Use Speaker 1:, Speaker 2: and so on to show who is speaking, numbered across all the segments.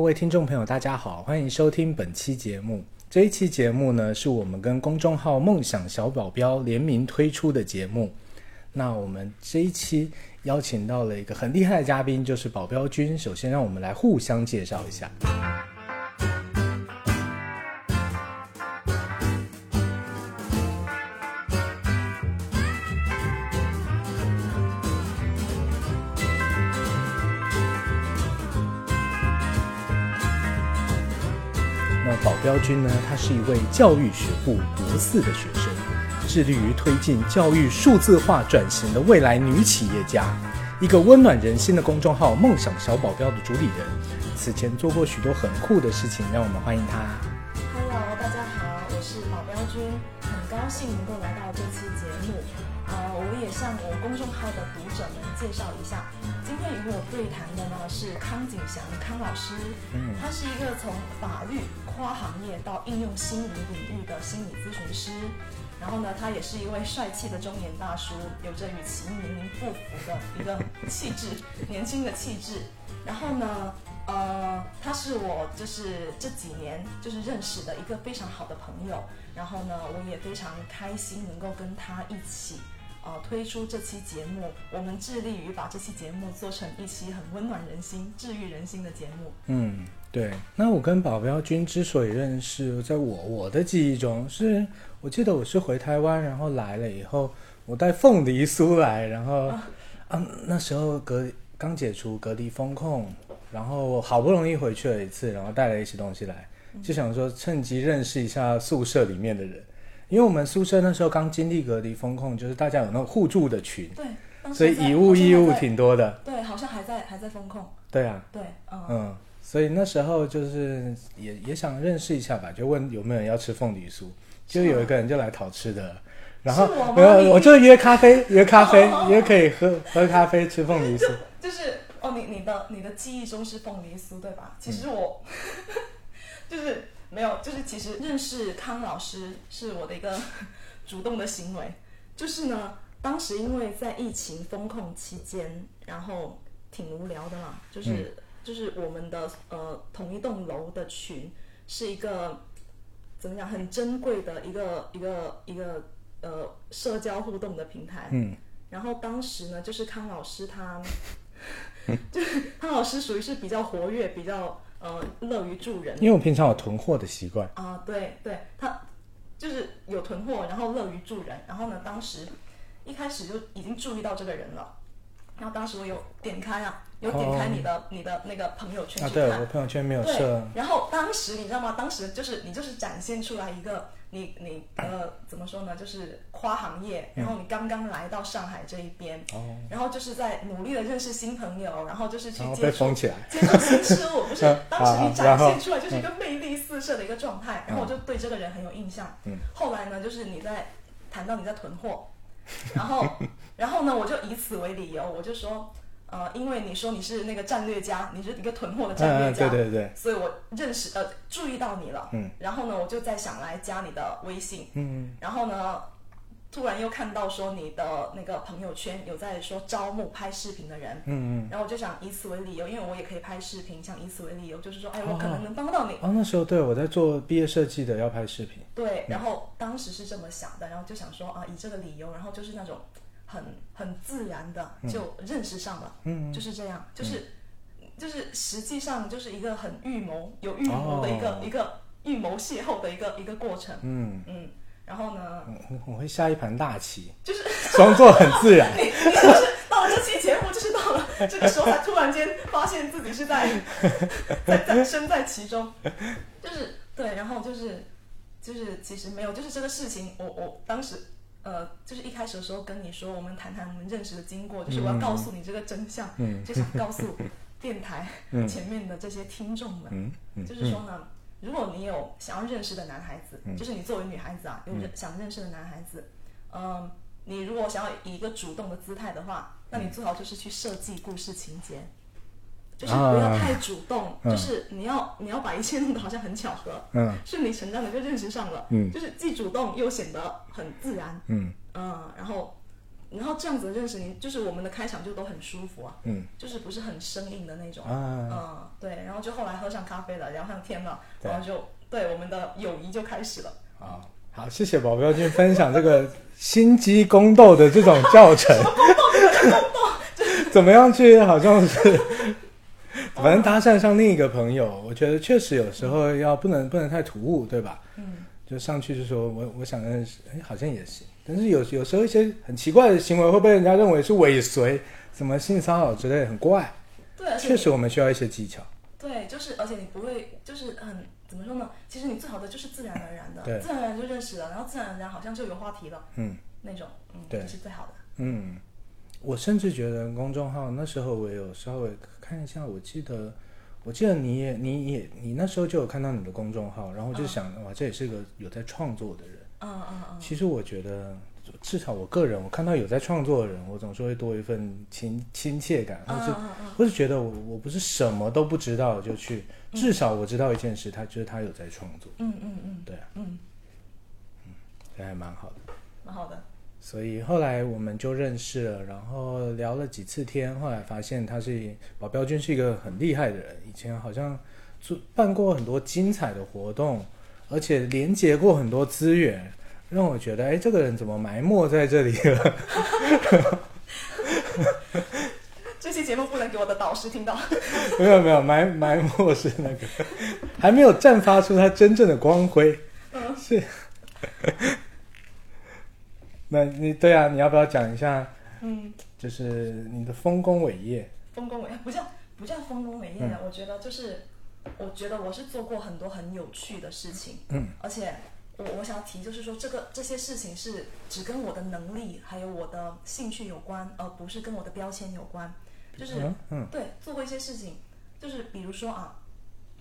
Speaker 1: 各位听众朋友，大家好，欢迎收听本期节目。这一期节目呢，是我们跟公众号“梦想小保镖”联名推出的节目。那我们这一期邀请到了一个很厉害的嘉宾，就是保镖君。首先，让我们来互相介绍一下。那保镖君呢，他是一位教育学部博四的学生，致力于推进教育数字化转型的未来女企业家。一个温暖人心的公众号“梦想小保镖”的主理人，此前做过许多很酷的事情，让我们欢迎他。
Speaker 2: Hello，大家好，我是保镖君，很高兴能够来到这期节目。呃，我也向我公众号的读者们介绍一下，今天与我对谈的呢是康景祥康老师，他是一个从法律跨行业到应用心理领域的心理咨询师。然后呢，他也是一位帅气的中年大叔，有着与其年龄不符的一个气质， 年轻的气质。然后呢，呃，他是我就是这几年就是认识的一个非常好的朋友。然后呢，我也非常开心能够跟他一起。呃，推出这期节目，我们致力于把这期节目做成一期很温暖人心、治愈人心的节目。
Speaker 1: 嗯，对。那我跟保镖君之所以认识，在我我的记忆中是，我记得我是回台湾，然后来了以后，我带凤梨酥来，然后，啊，那时候隔刚解除隔离风控，然后我好不容易回去了一次，然后带了一些东西来，
Speaker 2: 嗯
Speaker 1: 就想说趁机认识一下宿舍里面的人，因为我们宿舍那时候刚经历隔离风控，就是大家有那种互助的群，
Speaker 2: 对，当时
Speaker 1: 所以
Speaker 2: 哦在
Speaker 1: 以物易物
Speaker 2: 好像还在
Speaker 1: 挺多的，
Speaker 2: 对，好像还在还在风控。
Speaker 1: 对啊。
Speaker 2: 对，嗯，
Speaker 1: 嗯，所以那时候就是也也想认识一下吧，就问有没有人要吃凤梨酥，就有一个人就来讨吃的，然后
Speaker 2: 是我吗
Speaker 1: 没有，
Speaker 2: 你
Speaker 1: 我就约咖啡，约咖啡，
Speaker 2: 哦
Speaker 1: 也可以喝喝咖啡吃凤梨酥。
Speaker 2: 就是哦，你你的你的记忆中是凤梨酥对吧？其实我、就是没有，就是其实认识康老师是我的一个 主动的行为，就是呢，当时因为在疫情封控期间，然后挺无聊的嘛，就是、就是我们的呃同一栋楼的群是一个怎么讲很珍贵的一个一个一个呃社交互动的平台，
Speaker 1: 嗯，
Speaker 2: 然后当时呢，就是康老师他， 就是康老师属于是比较活跃，比较呃乐于助人
Speaker 1: 因为我平常有囤货的习惯，
Speaker 2: 啊，对对，他就是有囤货，然后乐于助人。然后呢，当时一开始就已经注意到这个人了，然后当时我有点开啊，有点开你的、你的那个朋友圈
Speaker 1: 哦啊，
Speaker 2: 去
Speaker 1: 对
Speaker 2: 看，
Speaker 1: 我朋友啊圈没有
Speaker 2: 对
Speaker 1: 设，，
Speaker 2: 然后当时你知道吗？当时就是你就是展现出来一个你你呃怎么说呢？就是跨行业，然后你刚刚来到上海这一边，
Speaker 1: 哦
Speaker 2: 然后就是在努力的认识新朋友，然后就是去
Speaker 1: 然后哦被
Speaker 2: 接触
Speaker 1: 封起来。
Speaker 2: 接触新事物， 不是
Speaker 1: 啊
Speaker 2: 当时你展现出来就是一个魅力四射的一个状态，然后我就对这个人很有印象。
Speaker 1: 嗯
Speaker 2: 后来呢，就是你在谈到你在囤货，然 后然后呢，我就以此为理由，我就说。呃，因为你说你是那个战略家，你是一个囤货的战
Speaker 1: 嗯
Speaker 2: 略
Speaker 1: 嗯，
Speaker 2: 家，
Speaker 1: 对对对，
Speaker 2: 所以我认识呃注意到你了，
Speaker 1: 嗯，
Speaker 2: 然后呢，我就在想来加你的微信，
Speaker 1: 嗯，
Speaker 2: 然后呢，突然又看到说你的那个朋友圈有在说招募拍视频的人，
Speaker 1: 嗯
Speaker 2: 嗯，然后我就想以此为理由，因为我也可以拍视频，想以此为理由，就是说，哎，我可能能帮到你，
Speaker 1: 哦，那时候对我在做毕业设计的，要拍视频，
Speaker 2: 对，然后当时是这么想的，然后就想说啊，以这个理由，然后就是那种很很自然的
Speaker 1: 嗯
Speaker 2: 就认识上了，嗯，就是这样，就是、就是实际上就是一个很预谋有预谋的一个、
Speaker 1: 哦
Speaker 2: 一个预谋邂逅的一个一个过程，
Speaker 1: 嗯，
Speaker 2: 嗯，然后呢，
Speaker 1: 我我会下一盘大棋，
Speaker 2: 就是
Speaker 1: 双做很自然，
Speaker 2: 你你就是 到了这期节目，就是到了这个时候，才突然间发现自己是在 在在身在其中，就是对，然后就是就是其实没有，就是这个事情，我我当时呃，就是一开始的时候跟你说，我们谈谈我们认识的经过，就是我要告诉你这个真相，
Speaker 1: 嗯
Speaker 2: 就想告诉电台
Speaker 1: 嗯
Speaker 2: 前面的这些听众们，
Speaker 1: 嗯嗯，嗯
Speaker 2: 就是说呢，如果你有想要认识的男孩子，就是你作为女孩子啊，有认想认识的男孩子，嗯，你如果想要以一个主动的姿态的话，那
Speaker 1: 嗯
Speaker 2: 你最好就是去设计故事情节，就是不要太主动，
Speaker 1: 啊嗯
Speaker 2: 就是你要你要把一切弄得好像很巧合，
Speaker 1: 嗯
Speaker 2: 顺理成章的就认识上了，
Speaker 1: 嗯
Speaker 2: 就是既主动又显得很自然，
Speaker 1: 嗯
Speaker 2: 嗯，然后然后这样子认识你，就是我们的开场就都很舒服啊，
Speaker 1: 嗯
Speaker 2: 就是不是很生硬的那种。
Speaker 1: 啊，
Speaker 2: 嗯，对，然后就后来喝上咖啡了，聊上天了，
Speaker 1: 对
Speaker 2: 然后就对我们的友谊就开始了。
Speaker 1: 好啊好，谢谢保镖君分享这个心机宫斗的这种教程， 怎么样去好像是，反正搭讪上另一个朋友，我觉得确实有时候要不能不能太突兀，对吧？
Speaker 2: 嗯，
Speaker 1: 就上去就说我我想认识，哎，好像也行。但是有有时候一些很奇怪的行为会被人家认为是尾随，什么性骚扰之类的，很怪。
Speaker 2: 对，而且
Speaker 1: 确实，我们需要一些技巧。
Speaker 2: 对，就是而且你不会，就是很怎么说呢？其实你最好的就是自然而然的
Speaker 1: 对，
Speaker 2: 自然而然就认识了，然后自然而然好像就有话题了
Speaker 1: 嗯
Speaker 2: 那种，嗯，
Speaker 1: 对
Speaker 2: 这是最好的。
Speaker 1: 嗯，我甚至觉得公众号那时候我有稍微看一下，我记得我记得你也你也你那时候就有看到你的公众号，然后我就想、哇，这也是个有在创作的人。
Speaker 2: 嗯嗯嗯，
Speaker 1: 其实我觉得，至少我个人，我看到有在创作的人，我总是会多一份亲亲切感，或
Speaker 2: 嗯
Speaker 1: 者是、
Speaker 2: 嗯嗯嗯，
Speaker 1: 或是觉得我我不是什么都不知道就去，至少我知道一件事，他就是他有在创作，
Speaker 2: 嗯嗯嗯，
Speaker 1: 对啊，
Speaker 2: 嗯，
Speaker 1: 这还蛮好的。
Speaker 2: 蛮好的。
Speaker 1: 所以后来我们就认识了，然后聊了几次天，后来发现他是保镖君是一个很厉害的人，以前好像做办过很多精彩的活动，而且连接过很多资源，让我觉得哎，这个人怎么埋没在这里了？
Speaker 2: 这期节目不能给我的导师听到。
Speaker 1: 没有没有，埋埋没是那个，还没有绽发出它真正的光辉。是。那你对啊，你要不要讲一下，
Speaker 2: 嗯，
Speaker 1: 就是你的丰功伟业？
Speaker 2: 丰功伟 不叫不叫丰功伟业的，我觉得就是，我觉得我是做过很多很有趣的事情，
Speaker 1: 嗯，
Speaker 2: 而且我我想要提就是说，这个这些事情是只跟我的能力还有我的兴趣有关，而不是跟我的标签有关，就是、
Speaker 1: 嗯嗯
Speaker 2: 对做过一些事情，就是比如说啊，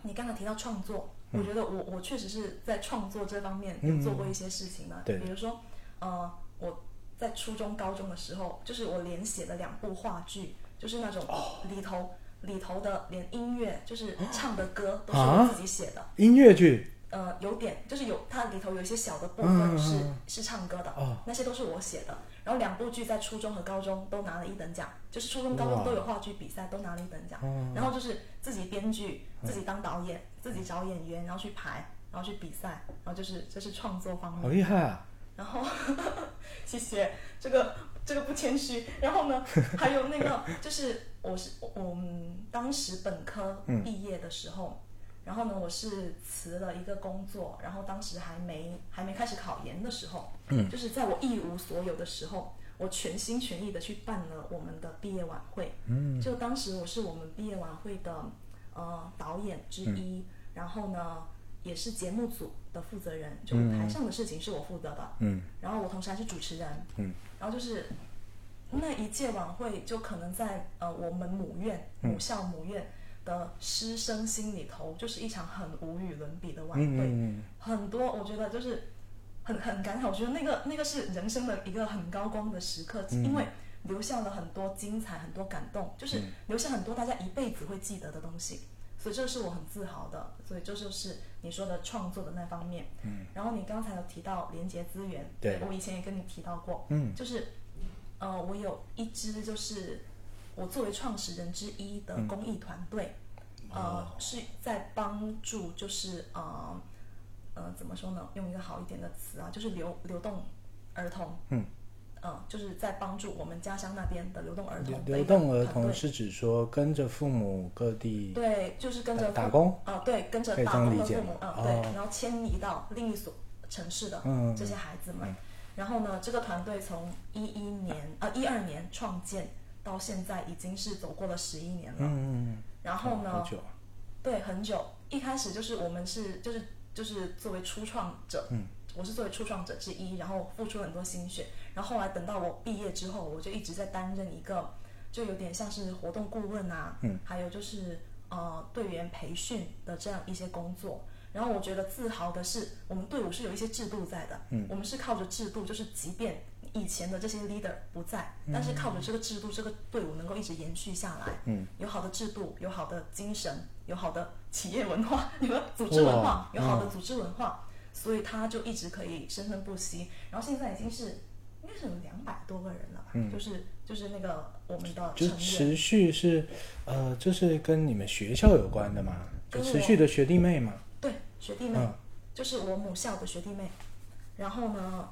Speaker 2: 你刚才提到创作，
Speaker 1: 嗯
Speaker 2: 我觉得我我确实是在创作这方面有做过一些事情的，
Speaker 1: 对
Speaker 2: 比如说呃，我在初中、高中的时候，就是我连写了两部话剧，就是那种里头、里头的连音乐，就是唱的歌都是我
Speaker 1: 啊
Speaker 2: 自己写的。
Speaker 1: 音乐剧
Speaker 2: 呃，有点就是有它里头有一些小的部
Speaker 1: 嗯嗯
Speaker 2: 分
Speaker 1: 嗯
Speaker 2: 是、
Speaker 1: 嗯
Speaker 2: 是唱歌的，
Speaker 1: 哦
Speaker 2: 那些都是我写的。然后两部剧在初中和高中都拿了一等奖，就是初中、高
Speaker 1: 哇哦
Speaker 2: 中都有话剧比赛，都拿了一等奖。然后就是自己编剧，
Speaker 1: 嗯
Speaker 2: 自己当导演，自己找演员，然后去排，然后去比赛，然后就是这是创作方面。
Speaker 1: 好厉害啊！
Speaker 2: 然后 谢谢这个这个不谦虚。然后呢，还有那 个就是我是我我们当时本科毕业的时候，然后呢我是辞了一个工作，然后当时还没还没开始考研的时候，嗯，就是在我一无所有的时候。我全心全意的去办了我们的毕业晚会，嗯，就当时我是我们毕业晚会的呃导演之一，然后呢也是节目组的负责人，就舞台上的事情是我负责的，
Speaker 1: 嗯，
Speaker 2: 然后我同时还是主持人，
Speaker 1: 嗯，
Speaker 2: 然后就是那一届晚会就可能在呃我们母院
Speaker 1: 嗯
Speaker 2: 母校母院的师生心里头，就是一场很无与伦比的晚
Speaker 1: 嗯
Speaker 2: 会，
Speaker 1: 嗯
Speaker 2: 很多我觉得就是很很感慨，我觉得那个那个是人生的一个很高光的时刻，因为留下了很多精彩，很多感动，就是留下很多大家一辈子会记得的东西。所以这是我很自豪的，所以这就是你说的创作的那方面。嗯，然后你刚才有提到连接资源，
Speaker 1: 对
Speaker 2: 我以前也跟你提到过，
Speaker 1: 嗯
Speaker 2: 就是呃，我有一支就是我作为创始人之一
Speaker 1: 嗯
Speaker 2: 的公益团队，
Speaker 1: 哦
Speaker 2: 呃，是在帮助就是呃呃怎么说呢？用一个好一点的词啊，就是流流动儿童，
Speaker 1: 嗯
Speaker 2: 呃，就是在帮助我们家乡那边的流动儿
Speaker 1: 嗯，流
Speaker 2: 童的一
Speaker 1: 流
Speaker 2: 个
Speaker 1: 动儿
Speaker 2: 团
Speaker 1: 童
Speaker 2: 队
Speaker 1: 是指说跟着父母各地
Speaker 2: 对，就是跟着
Speaker 1: 打
Speaker 2: 父
Speaker 1: 工
Speaker 2: 啊、对，跟着
Speaker 1: 可以
Speaker 2: 打
Speaker 1: 这样
Speaker 2: 工
Speaker 1: 理
Speaker 2: 的
Speaker 1: 解
Speaker 2: 父母
Speaker 1: 吗
Speaker 2: 啊、
Speaker 1: 哦
Speaker 2: 对，然后迁移到另一所城市的
Speaker 1: 嗯嗯
Speaker 2: 这些孩子们。然后呢，这个团队从一一年呃一二年创建到现在，已经是走过了十一年了。
Speaker 1: 嗯，嗯
Speaker 2: 然
Speaker 1: 嗯，
Speaker 2: 后呢，
Speaker 1: 好久啊，
Speaker 2: 对，很久。一开始就是我们是就是就是作为初创者，嗯，我是作为初创者之一，然后付出很多心血。然后后来等到我毕业之后，我就一直在担任一个，就有点像是活动顾问啊，嗯，还有就是呃队员培训的这样一些工作。然后我觉得自豪的是，我们队伍是有一些制度在的，嗯，我们是靠着制度，就是即便以前的这些 leader 不在，但是靠着这个制度，这个队伍能够一直延续下来，嗯，有好的制度，有好的精神，有好的企业文化， 有个组织文
Speaker 1: 哇
Speaker 2: 化，有好的
Speaker 1: 嗯
Speaker 2: 组织文化，所以它就一直可以生生不息。然后现在已经是应该是有两百多个人了吧，
Speaker 1: 嗯
Speaker 2: 就是就是那个我们的
Speaker 1: 就
Speaker 2: 成员，
Speaker 1: 持续是，呃，这是跟你们学校有关的嘛？就
Speaker 2: 跟
Speaker 1: 持
Speaker 2: 我
Speaker 1: 续的学弟妹嘛？
Speaker 2: 对，学弟妹，
Speaker 1: 嗯
Speaker 2: 就是我母校的学弟妹。然后呢，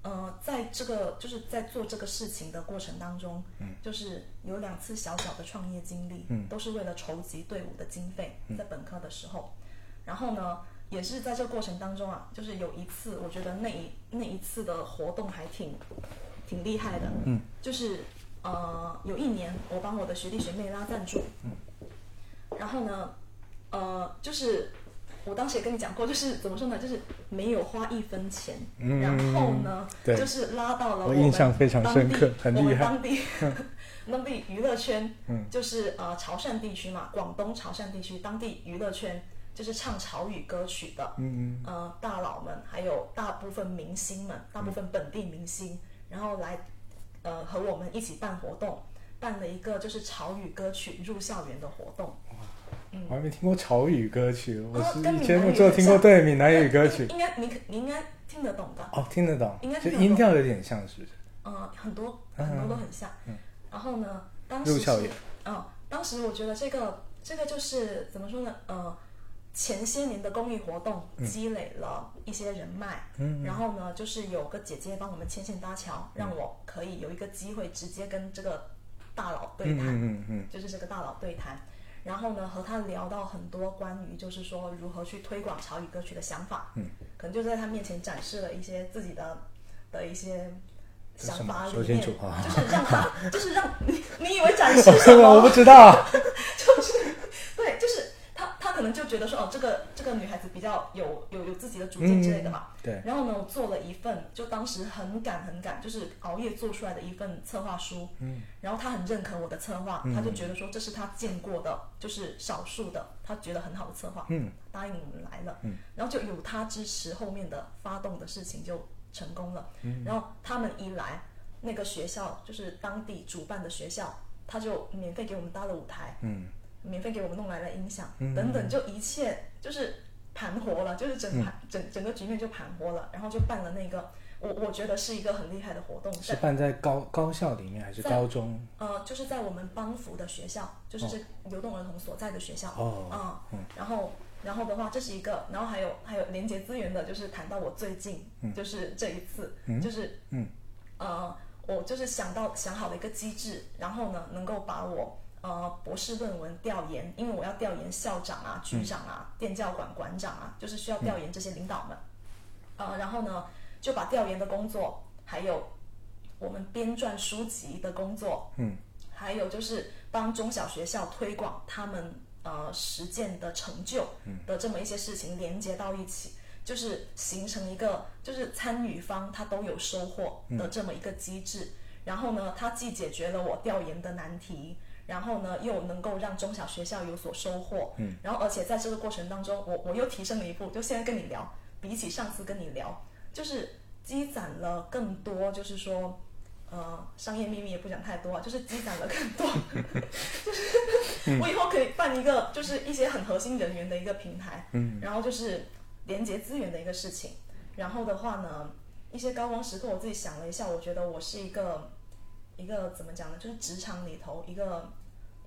Speaker 2: 呃，在这个就是在做这个事情的过程当中，就是有两次小小的创业经历，
Speaker 1: 嗯
Speaker 2: 都是为了筹集队伍的经费，在本科的时候。然后呢，也是在这个过程当中啊，就是有一次，我觉得那一那一次的活动还挺挺厉害的，
Speaker 1: 嗯，
Speaker 2: 就是呃，有一年我帮我的学弟学妹拉赞助，
Speaker 1: 嗯
Speaker 2: 然后呢，呃，就是我当时也跟你讲过，就是怎么说呢，就是没有花一分钱，
Speaker 1: 嗯
Speaker 2: 然后呢，
Speaker 1: 对
Speaker 2: 就是拉到了
Speaker 1: 我
Speaker 2: 我
Speaker 1: 印
Speaker 2: 们
Speaker 1: 象非常
Speaker 2: 当
Speaker 1: 深
Speaker 2: 地
Speaker 1: 刻很
Speaker 2: 我们
Speaker 1: 厉害
Speaker 2: 当地当地娱乐圈，
Speaker 1: 嗯
Speaker 2: 就是呃潮汕地区嘛，广东潮汕地区当地娱乐圈就是唱潮语歌曲的，
Speaker 1: 嗯
Speaker 2: 呃大佬们，还有大部分明星们，大部分本地明星，然后来呃和我们一起办活动，办了一个就是潮语歌曲入校园的活动。
Speaker 1: 嗯，我还没听过潮语歌曲，我
Speaker 2: 哦
Speaker 1: 是
Speaker 2: 跟
Speaker 1: 以
Speaker 2: 闽
Speaker 1: 前
Speaker 2: 南
Speaker 1: 我
Speaker 2: 语
Speaker 1: 只有
Speaker 2: 很
Speaker 1: 听过
Speaker 2: 像
Speaker 1: 对闽南语歌 曲，
Speaker 2: 应该你可你应该听得懂的，
Speaker 1: 哦，听得懂
Speaker 2: 应该，
Speaker 1: 就
Speaker 2: 听得
Speaker 1: 音
Speaker 2: 懂
Speaker 1: 调有点像，是不是？
Speaker 2: 呃，很多
Speaker 1: 嗯
Speaker 2: 很多都很像。然后呢，当时
Speaker 1: 入校
Speaker 2: 是
Speaker 1: 园
Speaker 2: 嗯，当时我觉得这个这个就是怎么说呢？呃，前些年的公益活动积累了一些人脉，
Speaker 1: 嗯
Speaker 2: 然后呢，就是有个姐姐帮我们牵线搭桥，让我可以有一个机会直接跟这个大佬对
Speaker 1: 嗯
Speaker 2: 谈，
Speaker 1: 嗯嗯嗯，
Speaker 2: 就是这个大佬对谈。然后呢，和他聊到很多关于就是说如何去推广潮语歌曲的想法，
Speaker 1: 嗯，
Speaker 2: 可能就在他面前展示了一些自己的的一些想
Speaker 1: 什么
Speaker 2: 法理
Speaker 1: 说
Speaker 2: 念，
Speaker 1: 清楚啊
Speaker 2: 就是让他， 就是让你你以为展示什么？
Speaker 1: 我不知 道，
Speaker 2: 对，就是他他可能就觉得说哦，这个这个女孩子比较有有有自己的主见之类的嘛。
Speaker 1: 嗯对，
Speaker 2: 然后呢，我做了一份，就当时很赶很赶，就是熬夜做出来的一份策划书。
Speaker 1: 嗯，
Speaker 2: 然后他很认可我的策划，他就觉得说这是他见过的，就是少数的，他觉得很好的策划，
Speaker 1: 嗯，
Speaker 2: 答应我们来了。
Speaker 1: 嗯，
Speaker 2: 然后就有他支持，后面的发动的事情就成功了。嗯，然后他们一来，那个学校就是当地主办的学校，他就免费给我们搭了舞台，
Speaker 1: 嗯，
Speaker 2: 免费给我们弄来了音响，
Speaker 1: 嗯
Speaker 2: 等等，就一切就是盘活了，就是整盘、整整个局面就盘活了，然后就办了那个，我我觉得是一个很厉害的活动，
Speaker 1: 是
Speaker 2: 在
Speaker 1: 办在高高校里面还是
Speaker 2: 在
Speaker 1: 高中？
Speaker 2: 呃就是在我们帮扶的学校，就是这流动儿童所在的学校，
Speaker 1: 哦
Speaker 2: 嗯，然后然后的话这是一个，然后还有还有连接资源的，就是谈到我最近、就是这一次，就是
Speaker 1: 嗯
Speaker 2: 呃，我就是想到想好了一个机制，然后呢，能够把我呃博士论文调研，因为我要调研校长啊、
Speaker 1: 嗯
Speaker 2: 局长啊、电教馆馆长啊，就是需要调研这些领导们，呃，然后呢，就把调研的工作，还有我们编撰书籍的工作，
Speaker 1: 嗯，
Speaker 2: 还有就是帮中小学校推广他们呃实践的成就的这么一些事情连接到一起，就是形成一个就是参与方他都有收获的这么一个机制。然后呢，它既解决了我调研的难题。然后呢，又能够让中小学校有所收获，嗯，然后而且在这个过程当中，我我又提升了一步，就现在跟你聊，比起上次跟你聊，就是积攒了更多，就是说，呃，商业秘密也不讲太多啊，就是积攒了更多，就是我以后可以办一个，就是一些很核心人员的一个平台，嗯，然后就是连接资源的一个事情，然后的话呢，一些高光时刻，我自己想了一下，我觉得我是一个一个怎么讲呢，就是职场里头一个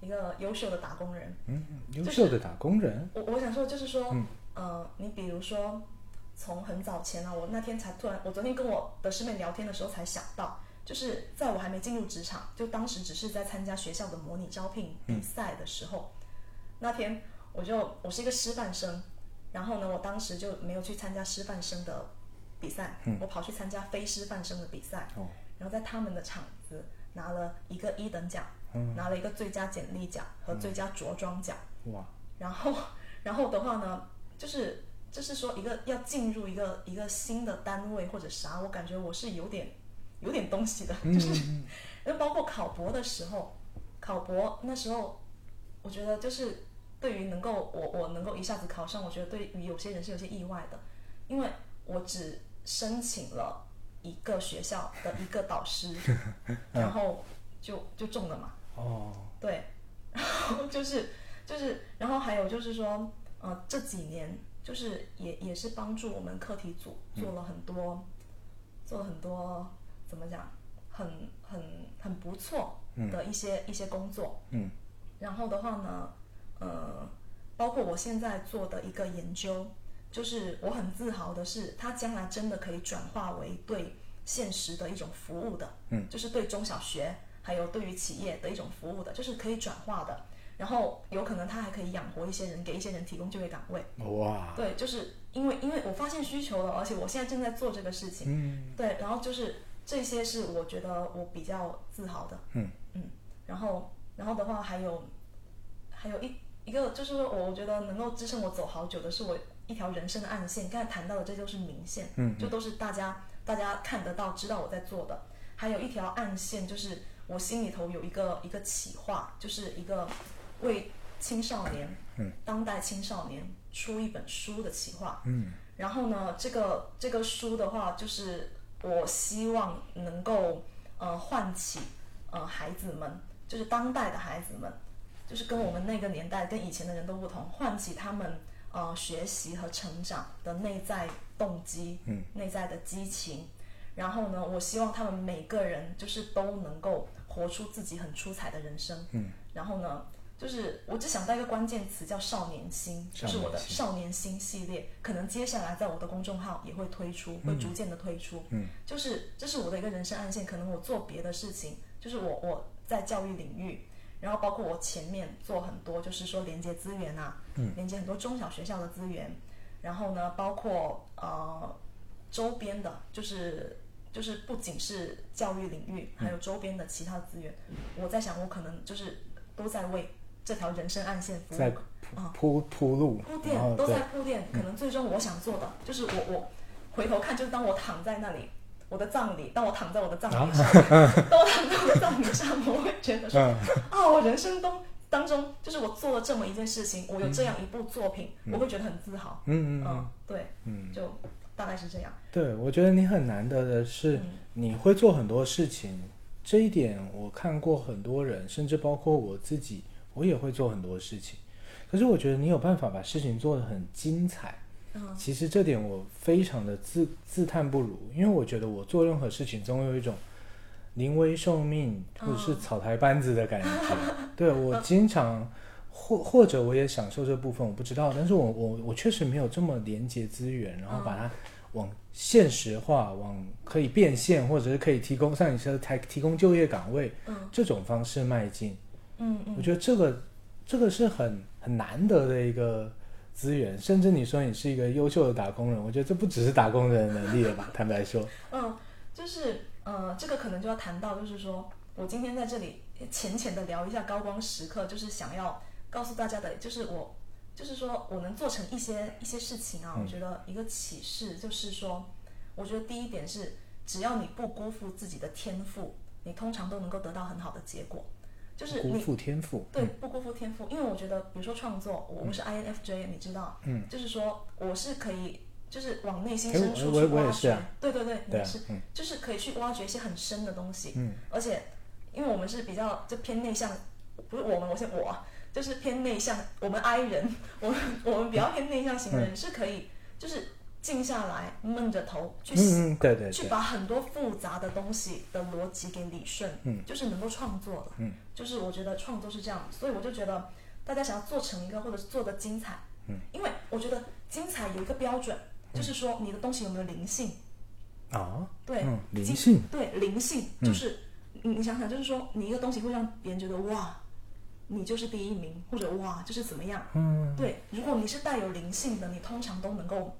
Speaker 2: 一个优秀的打工人，
Speaker 1: 嗯，优秀的打工人，嗯
Speaker 2: 我我想说就是说，呃，你比如说从很早前啊，我那天才突然，我昨天跟我的师妹聊天的时候才想到，就是在我还没进入职场，就当时只是在参加学校的模拟招聘
Speaker 1: 嗯
Speaker 2: 比赛的时候，那天我就我是一个师范生，然后呢，我当时就没有去参加师范生的比赛，我跑去参加非师范生的比赛，
Speaker 1: 嗯哦
Speaker 2: 然后在他们的场子拿了一个一等奖，
Speaker 1: 嗯
Speaker 2: 拿了一个最佳简历奖和最佳着装奖。
Speaker 1: 哇，
Speaker 2: 然后， 然后的话呢，就是就是说一个要进入一个一个新的单位或者啥，我感觉我是有点有点东西的， 就是，然后包括考博的时候，考博那时候，我觉得就是对于能够我我能够一下子考上，我觉得对于有些人是有些意外的，因为我只申请了一个学校的一个导师，然后就就中了嘛。
Speaker 1: 哦，
Speaker 2: 对，然后就是就是，然后还有就是说，呃，这几年就是也也是帮助我们课题组做了很多，做了很多怎么讲，很很很不错的一些、一些工作。
Speaker 1: 嗯
Speaker 2: 然后的话呢，呃，包括我现在做的一个研究，就是我很自豪的是，它将来真的可以转化为对现实的一种服务的，
Speaker 1: 嗯，
Speaker 2: 就是对中小学还有对于企业的一种服务的，就是可以转化的。然后有可能它还可以养活一些人，给一些人提供就业岗位。
Speaker 1: 哇，
Speaker 2: 对，就是因为因为我发现需求了，而且我现在正在做这个事情，
Speaker 1: 嗯
Speaker 2: 对，然后就是这些是我觉得我比较自豪的。
Speaker 1: 嗯
Speaker 2: 然后，然后的话还有，还有一一个就是说我我觉得能够支撑我走好久的是我一条人生的暗线。刚才谈到的这就是明线，
Speaker 1: 嗯
Speaker 2: 就都是大家大家看得到、知道我在做的。还有一条暗线就是我心里头有一个一个企划，就是一个为青少年，
Speaker 1: 嗯，
Speaker 2: 当代青少年出一本书的企划，
Speaker 1: 嗯
Speaker 2: 然后呢，这个这个书的话，就是我希望能够呃唤起呃孩子们，就是当代的孩子们，就是跟我们那个年代跟以前的人都不同，唤起他们呃学习和成长的内在动机，
Speaker 1: 嗯，
Speaker 2: 内在的激情。然后呢，我希望他们每个人就是都能够活出自己很出彩的人生。
Speaker 1: 嗯，
Speaker 2: 然后呢，就是我只想到一个关键词叫少年心，就是我的
Speaker 1: 少
Speaker 2: 少年心系列，可能接下来在我的公众号也会推出，会逐渐的推出。
Speaker 1: 嗯，
Speaker 2: 就是这是我的一个人生暗线，可能我做别的事情，就是我我在教育领域，然后包括我前面做很多，就是说连接资源啊，嗯，连接很多中小学校的资源，然后呢，包括呃周边的，就是就是不仅是教育领域，
Speaker 1: 嗯
Speaker 2: 还有周边的其他资源，我在想，我可能就是都在为这条人生暗线服务，
Speaker 1: 在铺铺路，
Speaker 2: 嗯铺
Speaker 1: 然后
Speaker 2: 垫都
Speaker 1: 对
Speaker 2: 在，铺垫，可能最终我想做的就是我我回头看，就是当我躺在那里，我的葬礼，当我躺在我的葬礼上，
Speaker 1: 啊
Speaker 2: 当我躺在我的葬礼上，我会觉得说
Speaker 1: 嗯
Speaker 2: 啊，我人生中当中就是我做了这么一件事情，我有这样一部作品，我会觉得很自豪。
Speaker 1: 嗯嗯嗯
Speaker 2: 嗯，对，
Speaker 1: 嗯。
Speaker 2: 就大概是这样。嗯
Speaker 1: 对，我觉得你很难得的是，你会做很多事情，这一点我看过很多人，甚至包括我自己，我也会做很多事情。可是我觉得你有办法把事情做得很精彩，
Speaker 2: 嗯
Speaker 1: 其实这点我非常的自自叹不如，因为我觉得我做任何事情总有一种临危受命或者是草台班子的 感觉。对我经常或或者我也享受这部分，我不知道，但是我我我确实没有这么连接资源，然后把它往现实化，往可以变现或者是可以提供像你说的才提供就业岗位
Speaker 2: 嗯
Speaker 1: 这种方式迈进。
Speaker 2: 嗯
Speaker 1: 我
Speaker 2: 嗯
Speaker 1: 觉得这个这个是很很难得的一个资源，甚至你说你是一个优秀的打工人，我觉得这不只是打工人的能力了 吧？坦白说，
Speaker 2: 嗯，就是呃，这个可能就要谈到，就是说我今天在这里浅浅的聊一下高光时刻，就是想要告诉大家的，就是我就是说我能做成一些一些事情
Speaker 1: 嗯
Speaker 2: 啊，我觉得一个启示就是说，我觉得第一点是，只要你不辜负自己的天赋，你通常都能够得到很好的结果。就是
Speaker 1: 辜
Speaker 2: 你
Speaker 1: 负天赋，
Speaker 2: 对，不辜负天赋，因为我觉得，比如说创作，我我是 INFJ，、你知道，
Speaker 1: 嗯，
Speaker 2: 就是说我是可以，就是往内心
Speaker 1: 哎
Speaker 2: 深
Speaker 1: 我
Speaker 2: 处
Speaker 1: 我
Speaker 2: 去
Speaker 1: 我也
Speaker 2: 挖
Speaker 1: 是
Speaker 2: 掘，
Speaker 1: 啊
Speaker 2: 对对对，你
Speaker 1: 对
Speaker 2: 也
Speaker 1: 啊
Speaker 2: 是，，
Speaker 1: 嗯
Speaker 2: 就是可以去挖掘一些很深的东西，
Speaker 1: 嗯，
Speaker 2: 而且因为我们是比较就偏内向，不是我们，我先我啊就是偏内向，我们 I 人， 我们我们比较偏内向型的
Speaker 1: 嗯
Speaker 2: 人、是可以，就是静下来，闷着头去想
Speaker 1: 嗯嗯，对对
Speaker 2: 去
Speaker 1: 对，
Speaker 2: 把很多复杂的东西的逻辑给理顺，
Speaker 1: 嗯
Speaker 2: 就是能够创作的，
Speaker 1: 嗯，
Speaker 2: 就是我觉得创作是这样，所以我就觉得大家想要做成一个或者是做的精彩，
Speaker 1: 嗯，
Speaker 2: 因为我觉得精彩有一个标准，就是说你的东西有没有灵性，
Speaker 1: 啊，
Speaker 2: 对，
Speaker 1: 嗯灵
Speaker 2: 精
Speaker 1: 性，
Speaker 2: 对，灵性
Speaker 1: 嗯
Speaker 2: 就是、你你想想，就是说你一个东西会让别人觉得哇，你就是第一名，或者哇就是怎么样，
Speaker 1: 嗯
Speaker 2: 对，如果你是带有灵性的，你通常都能够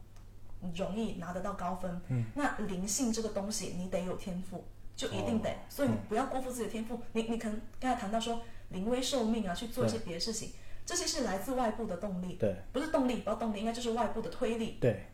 Speaker 2: 容易拿得到高分。
Speaker 1: 嗯，
Speaker 2: 那灵性这个东西，你得有天赋，就一定得。
Speaker 1: 哦
Speaker 2: 所以你不要辜负自己的天赋。你你可能刚才谈到说临危受命啊，去做一些别的事情，这些是来自外部的动力，
Speaker 1: 对
Speaker 2: 不是动力，不要动力，应该就是外部的推力。
Speaker 1: 对，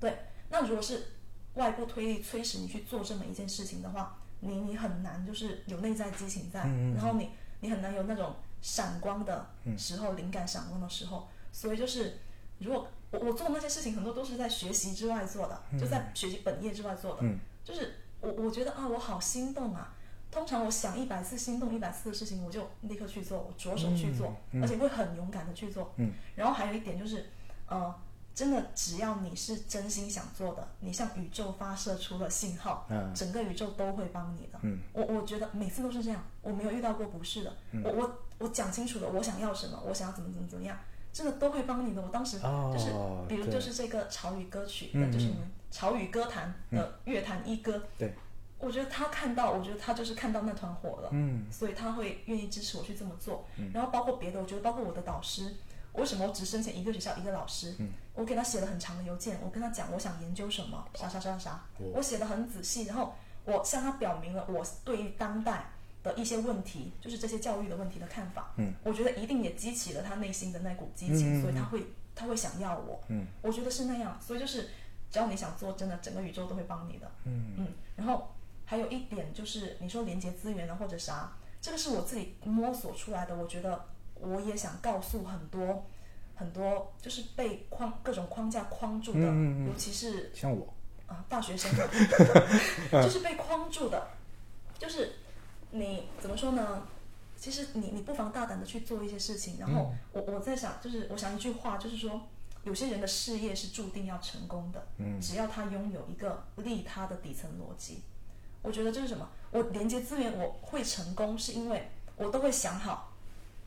Speaker 2: 对，那如果是外部推力催使你去做这么一件事情的话，你你很难就是有内在激情在，
Speaker 1: 嗯嗯嗯嗯
Speaker 2: 然后你你很难有那种闪光的时候，灵感闪光的时候。所以就是，如果我我做那些事情，很多都是在学习之外做的，就在学习本业之外做的。
Speaker 1: 嗯
Speaker 2: 就是我我觉得啊，我好心动啊。通常我想一百次心动一百次的事情，我就立刻去做，我着手去做，而且会很勇敢的去做。
Speaker 1: 嗯
Speaker 2: 然后还有一点就是，呃，真的只要你是真心想做的，你向宇宙发射出了信号，
Speaker 1: 嗯
Speaker 2: 整个宇宙都会帮你的。
Speaker 1: 嗯
Speaker 2: 我我觉得每次都是这样，我没有遇到过不是的。我我我讲清楚了，我想要什么，我想要怎么怎么怎么样，这个都会帮你的。我当时
Speaker 1: 哦
Speaker 2: 就是，比如
Speaker 1: 对
Speaker 2: 就是这个潮语歌曲，
Speaker 1: 嗯
Speaker 2: 呃
Speaker 1: 嗯嗯
Speaker 2: 就是你们潮语歌坛的乐坛一哥，
Speaker 1: 对，
Speaker 2: 我觉得他看到，我觉得他就是看到那团火了。
Speaker 1: 嗯
Speaker 2: 所以他会愿意支持我去这么做。然后包括别的，我觉得包括我的导师，为什么我只申请一个学校一个老师？
Speaker 1: 嗯
Speaker 2: 我给他写了很长的邮件，我跟他讲我想研究什么，啥啥啥啥，我写的很仔细，然后我向他表明了我对于当代。的一些问题，就是这些教育的问题的看法，
Speaker 1: 嗯，
Speaker 2: 我觉得一定也激起了他内心的那股激
Speaker 1: 嗯嗯
Speaker 2: 情，
Speaker 1: 嗯
Speaker 2: 所以他会他会想要我，
Speaker 1: 嗯，
Speaker 2: 我觉得是那样，所以就是只要你想做，真的整个宇宙都会帮你的，
Speaker 1: 嗯
Speaker 2: 嗯，然后还有一点就是你说连接资源啊或者啥，这个是我自己摸索出来的。我觉得我也想告诉很多很多就是被框各种框架框住的，
Speaker 1: 嗯嗯嗯
Speaker 2: 尤其是
Speaker 1: 像我，
Speaker 2: 啊大学生，就是被框住的，就是你怎么说呢？其实你你不妨大胆的去做一些事情。然后我我在想，就是我想一句话，就是说。有些人的事业是注定要成功的，
Speaker 1: 嗯
Speaker 2: 只要他拥有一个利他的底层逻辑，我觉得这是什么？我连接资源我会成功，是因为我都会想好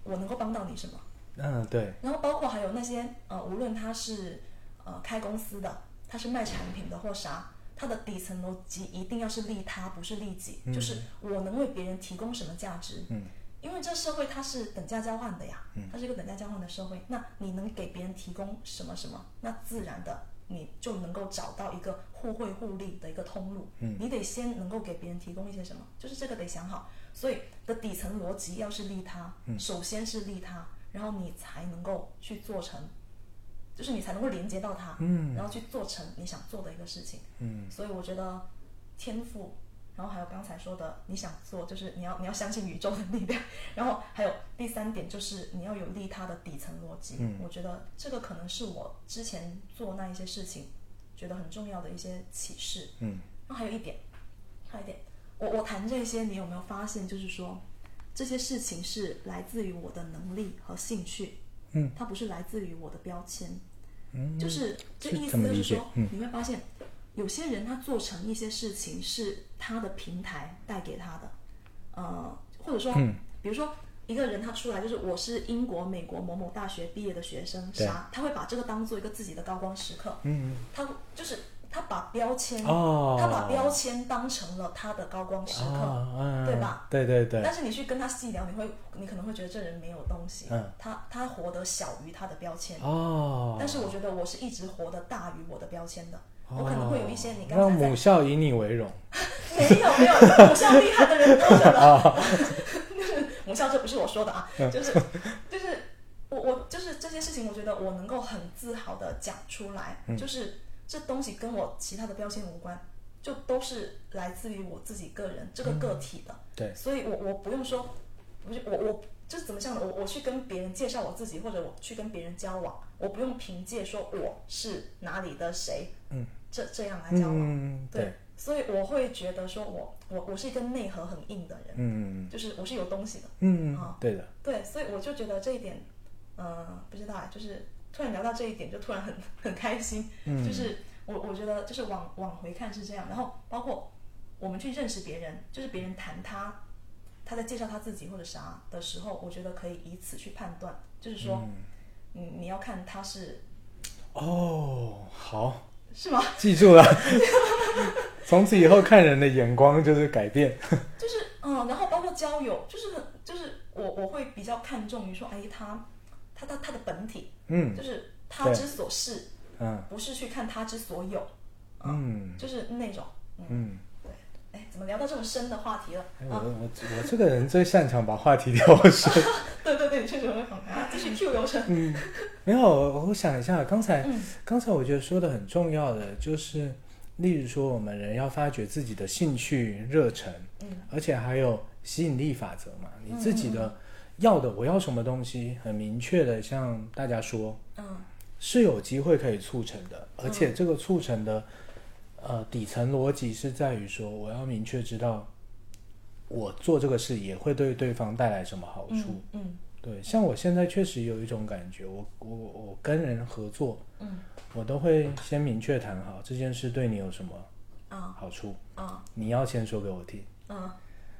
Speaker 2: 我能够帮到你什么。
Speaker 1: 嗯，对，
Speaker 2: 然后包括还有那些呃，无论他是呃开公司的，他是卖产品的或啥，他的底层逻辑一定要是利他，不是利己，就是我能为别人提供什么价值。
Speaker 1: 嗯，
Speaker 2: 因为这社会它是等价交换的呀，它是一个等价交换的社会。那你能给别人提供什么什么，那自然的你就能够找到一个互惠互利的一个通路。嗯，你得先能够给别人提供一些什么，就是这个得想好。所以的底层逻辑要是利他，
Speaker 1: 嗯
Speaker 2: 首先是利他，然后你才能够去做成，就是你才能够连接到它，
Speaker 1: 嗯
Speaker 2: 然后去做成你想做的一个事情。
Speaker 1: 嗯
Speaker 2: 所以我觉得天赋，然后还有刚才说的你想做，就是你要你要相信宇宙的力量， 然后还有第三点就是你要有利他的底层逻辑。
Speaker 1: 嗯
Speaker 2: 我觉得这个可能是我之前做那一些事情觉得很重要的一些启示。
Speaker 1: 嗯
Speaker 2: 然后还有一点，还有一点，我我谈这些，你有没有发现，就是说这些事情是来自于我的能力和兴趣，
Speaker 1: 嗯，
Speaker 2: 它不是来自于我的标签。
Speaker 1: 嗯，
Speaker 2: 就是这
Speaker 1: 是
Speaker 2: 意
Speaker 1: 怎
Speaker 2: 思
Speaker 1: 么
Speaker 2: 就是
Speaker 1: 理解
Speaker 2: 说，
Speaker 1: 嗯
Speaker 2: 你会发现有些人他做成一些事情是他的平台带给他的，呃，或者说，
Speaker 1: 嗯
Speaker 2: 比如说一个人他出来就是我是英国、美国某某大学毕业的学生，
Speaker 1: 对
Speaker 2: 啥，他会把这个当做一个自己的高光时刻，
Speaker 1: 嗯，
Speaker 2: 他就是他把标签，
Speaker 1: 哦
Speaker 2: 他把标签当成了他的高光时刻，
Speaker 1: 啊，嗯，
Speaker 2: 对吧？
Speaker 1: 对对对
Speaker 2: 但，是你去跟他细聊，你会你可能会觉得这人没有东西，
Speaker 1: 嗯
Speaker 2: 他他活得小于他的标签，
Speaker 1: 哦，
Speaker 2: 但是我觉得我是一直活得大于我的标签的，
Speaker 1: 哦
Speaker 2: 我可能会有一些你刚
Speaker 1: 让
Speaker 2: 才在
Speaker 1: 母校以你为荣，
Speaker 2: 没有没有，母校厉害的人多着
Speaker 1: 啊
Speaker 2: 呢。母校这不是 我说的啊，
Speaker 1: 嗯
Speaker 2: 就是就是我我就是这些事情，我觉得我能够很自豪的讲出来，
Speaker 1: 嗯
Speaker 2: 就是这东西跟我其他的标签无关，就都是来自于我自己个人这个个体的。
Speaker 1: 嗯对，
Speaker 2: 所以我我不用说，我就我我就是怎么讲呢？我我去跟别人介绍我自己，或者我去跟别人交往，我不用凭借说我是哪里的谁，
Speaker 1: 嗯，
Speaker 2: 这这样来交往。
Speaker 1: 嗯，
Speaker 2: 对，，所以我会觉得说我我我是一个内核很硬的人，
Speaker 1: 嗯
Speaker 2: 就是我是有东西的，
Speaker 1: 嗯，
Speaker 2: 啊
Speaker 1: 对的，
Speaker 2: 对，所以我就觉得这一点，呃，不知道啊，就是突然聊到这一点，就突然很 很开心，
Speaker 1: 嗯
Speaker 2: 就是我我觉得就是往往回看是这样，然后包括我们去认识别人，就是别人谈他他在介绍他自己或者啥的时候，我觉得可以以此去判断，就是说，你你要看他是
Speaker 1: 哦，好，
Speaker 2: 是吗？
Speaker 1: 记住了， 从此以后看人的眼光就是改变，
Speaker 2: 就是嗯，然后包括交友，就是很就是我我会比较看重于说，哎，他他他他的本体，
Speaker 1: 嗯
Speaker 2: 就是他
Speaker 1: 对
Speaker 2: 之所是，
Speaker 1: 嗯
Speaker 2: 不是去看他之所有，
Speaker 1: 嗯
Speaker 2: 就是那种嗯，
Speaker 1: 嗯，
Speaker 2: 对，哎，怎么聊到这么深的话题了
Speaker 1: 哎我
Speaker 2: 啊？
Speaker 1: 我我这个人最擅长把话题 聊深。
Speaker 2: 对对对，你确实会很啊，继续 Q 流程，
Speaker 1: 嗯， 没有，我我想一下，刚才、
Speaker 2: 嗯
Speaker 1: 刚才我觉得说的很重要的就是，例如说我们人要发掘自己的兴趣热忱，
Speaker 2: 嗯
Speaker 1: 而且还有吸引力法则嘛，你
Speaker 2: 嗯
Speaker 1: 自己的、要的我要什么东西，很明确的向大家说，
Speaker 2: 嗯
Speaker 1: 是有机会可以促成的，而且这个促成的、呃底层逻辑是在于说，我要明确知道。我做这个事也会对对方带来什么好处？
Speaker 2: 嗯嗯
Speaker 1: 对，像我现在确实有一种感觉，我我我跟人合作，
Speaker 2: 嗯
Speaker 1: 我都会先明确谈好这件事对你有什么
Speaker 2: 嗯
Speaker 1: 好处，
Speaker 2: 嗯
Speaker 1: 你要先说给我听，
Speaker 2: 嗯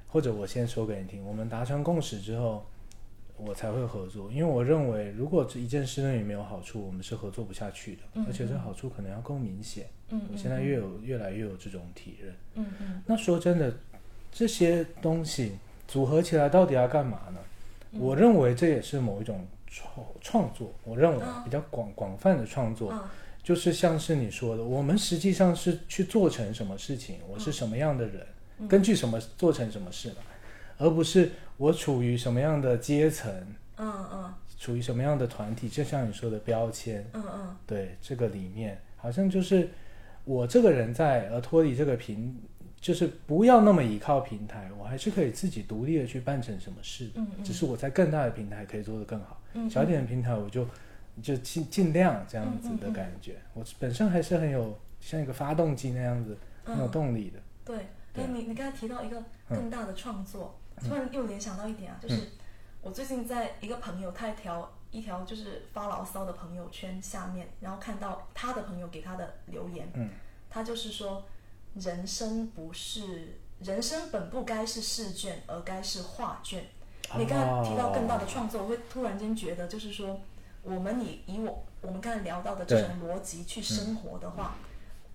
Speaker 1: 或者我先说给你听。我们达成共识之后，我才会合作，因为我认为如果这一件事对你没有好处，我们是合作不下去的，
Speaker 2: 嗯
Speaker 1: 而且这好处可能要够明显。
Speaker 2: 嗯，
Speaker 1: 我现在越有越来越有这种体认。
Speaker 2: 嗯嗯
Speaker 1: 那说真的，这些东西组合起来到底要干嘛呢？
Speaker 2: 嗯
Speaker 1: 我认为这也是某一种创创作，我认为
Speaker 2: 啊
Speaker 1: 比较广广泛的创作，
Speaker 2: 嗯
Speaker 1: 就是像是你说的，我们实际上是去做成什么事情，我是什么样的人，
Speaker 2: 嗯
Speaker 1: 根据什么做成什么事嘛，而不是我处于什么样的阶层，
Speaker 2: 嗯嗯
Speaker 1: 处于什么样的团体，就像你说的标签，
Speaker 2: 嗯嗯
Speaker 1: 对这个里面，好像就是我这个人在而脱离这个平，就是不要那么依靠平台，我还是可以自己独立的去办成什么事的。
Speaker 2: 嗯嗯，
Speaker 1: 只是我在更大的平台可以做得更好，
Speaker 2: 嗯
Speaker 1: 小一点的平台我就就尽尽量这样
Speaker 2: 嗯
Speaker 1: 子的感觉。我本身还是很有像一个发动机那样子，很有
Speaker 2: 嗯
Speaker 1: 动力的。
Speaker 2: 对，
Speaker 1: 对
Speaker 2: 哎，你你刚才提到一个更大的创作，突然又联想到一点啊，就是我最近在一个朋友他一条一条就是发牢骚的朋友圈下面，然后看到他的朋友给他的留言，
Speaker 1: 嗯，
Speaker 2: 他就是说，人生不是人生本不该是试卷，而该是画卷。你刚才提到更大的创作，我会突然间觉得，就是说，我们以以我我们刚才聊到的这种逻辑去生活的话，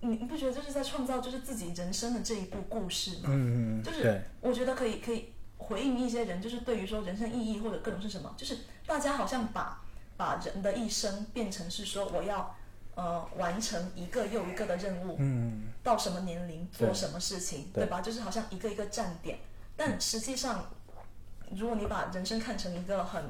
Speaker 2: 你你不觉得就是在创造就是自己人生的这一部故事吗？
Speaker 1: 嗯嗯，嗯
Speaker 2: 就
Speaker 1: 对
Speaker 2: 是，我觉得可以可以回应一些人，就是对于说人生意义或者各种是什么，就是大家好像把把人的一生变成是说我要呃完成一个又一个的任务，
Speaker 1: 嗯
Speaker 2: 到什么年龄做
Speaker 1: 对
Speaker 2: 什么事情，
Speaker 1: 对嗯
Speaker 2: 对吧？就是好像一个一个站点，但实际上，如果你把人生看成一个很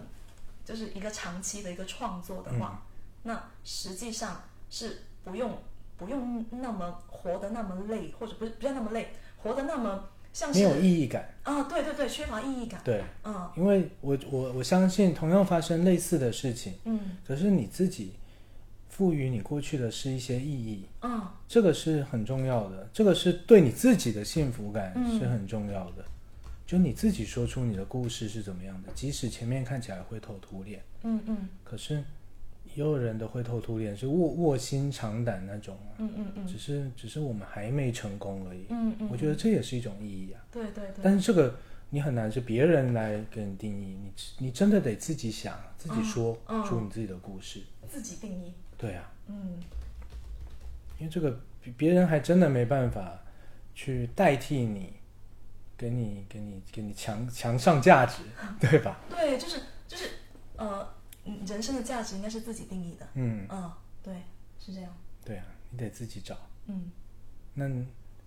Speaker 2: 就是一个长期的一个创作的
Speaker 1: 嗯
Speaker 2: 话，那实际上是不用不用那么活得那么累，或者不是不要那么累，活得那么像
Speaker 1: 没有
Speaker 2: 是
Speaker 1: 意义感，
Speaker 2: 啊，对对对，缺乏意义感，
Speaker 1: 对，
Speaker 2: 嗯
Speaker 1: 因为我我我相信同样发生类似的事情。
Speaker 2: 嗯
Speaker 1: 可是你自己赋予你过去的是一些意义，
Speaker 2: 嗯
Speaker 1: 这个是很重要的，这个是对你自己的幸福感
Speaker 2: 嗯
Speaker 1: 是很重要的。就你自己说出你的故事是怎么样的，即使前面看起来灰头土脸，
Speaker 2: 嗯嗯
Speaker 1: 可是也有人的灰头土脸是卧卧薪尝胆那种啊，
Speaker 2: 嗯嗯嗯
Speaker 1: 只是只是我们还没成功而已。
Speaker 2: 嗯嗯，
Speaker 1: 我觉得这也是一种意义啊，
Speaker 2: 对对对，
Speaker 1: 但是这个你很难是别人来给你定义，你你真的得自己想，自己
Speaker 2: 嗯
Speaker 1: 说
Speaker 2: 嗯
Speaker 1: 出你自己的故事。
Speaker 2: 自己定义，
Speaker 1: 对啊，
Speaker 2: 嗯
Speaker 1: 因为这个别别人还真的没办法去代替你，给你给你给你强强上价值， 对吧？
Speaker 2: 对，就是就是呃，嗯人生的价值应该是自己定义的。
Speaker 1: 嗯，
Speaker 2: 嗯，对，是这样。
Speaker 1: 对啊，你得自己找。
Speaker 2: 嗯，
Speaker 1: 那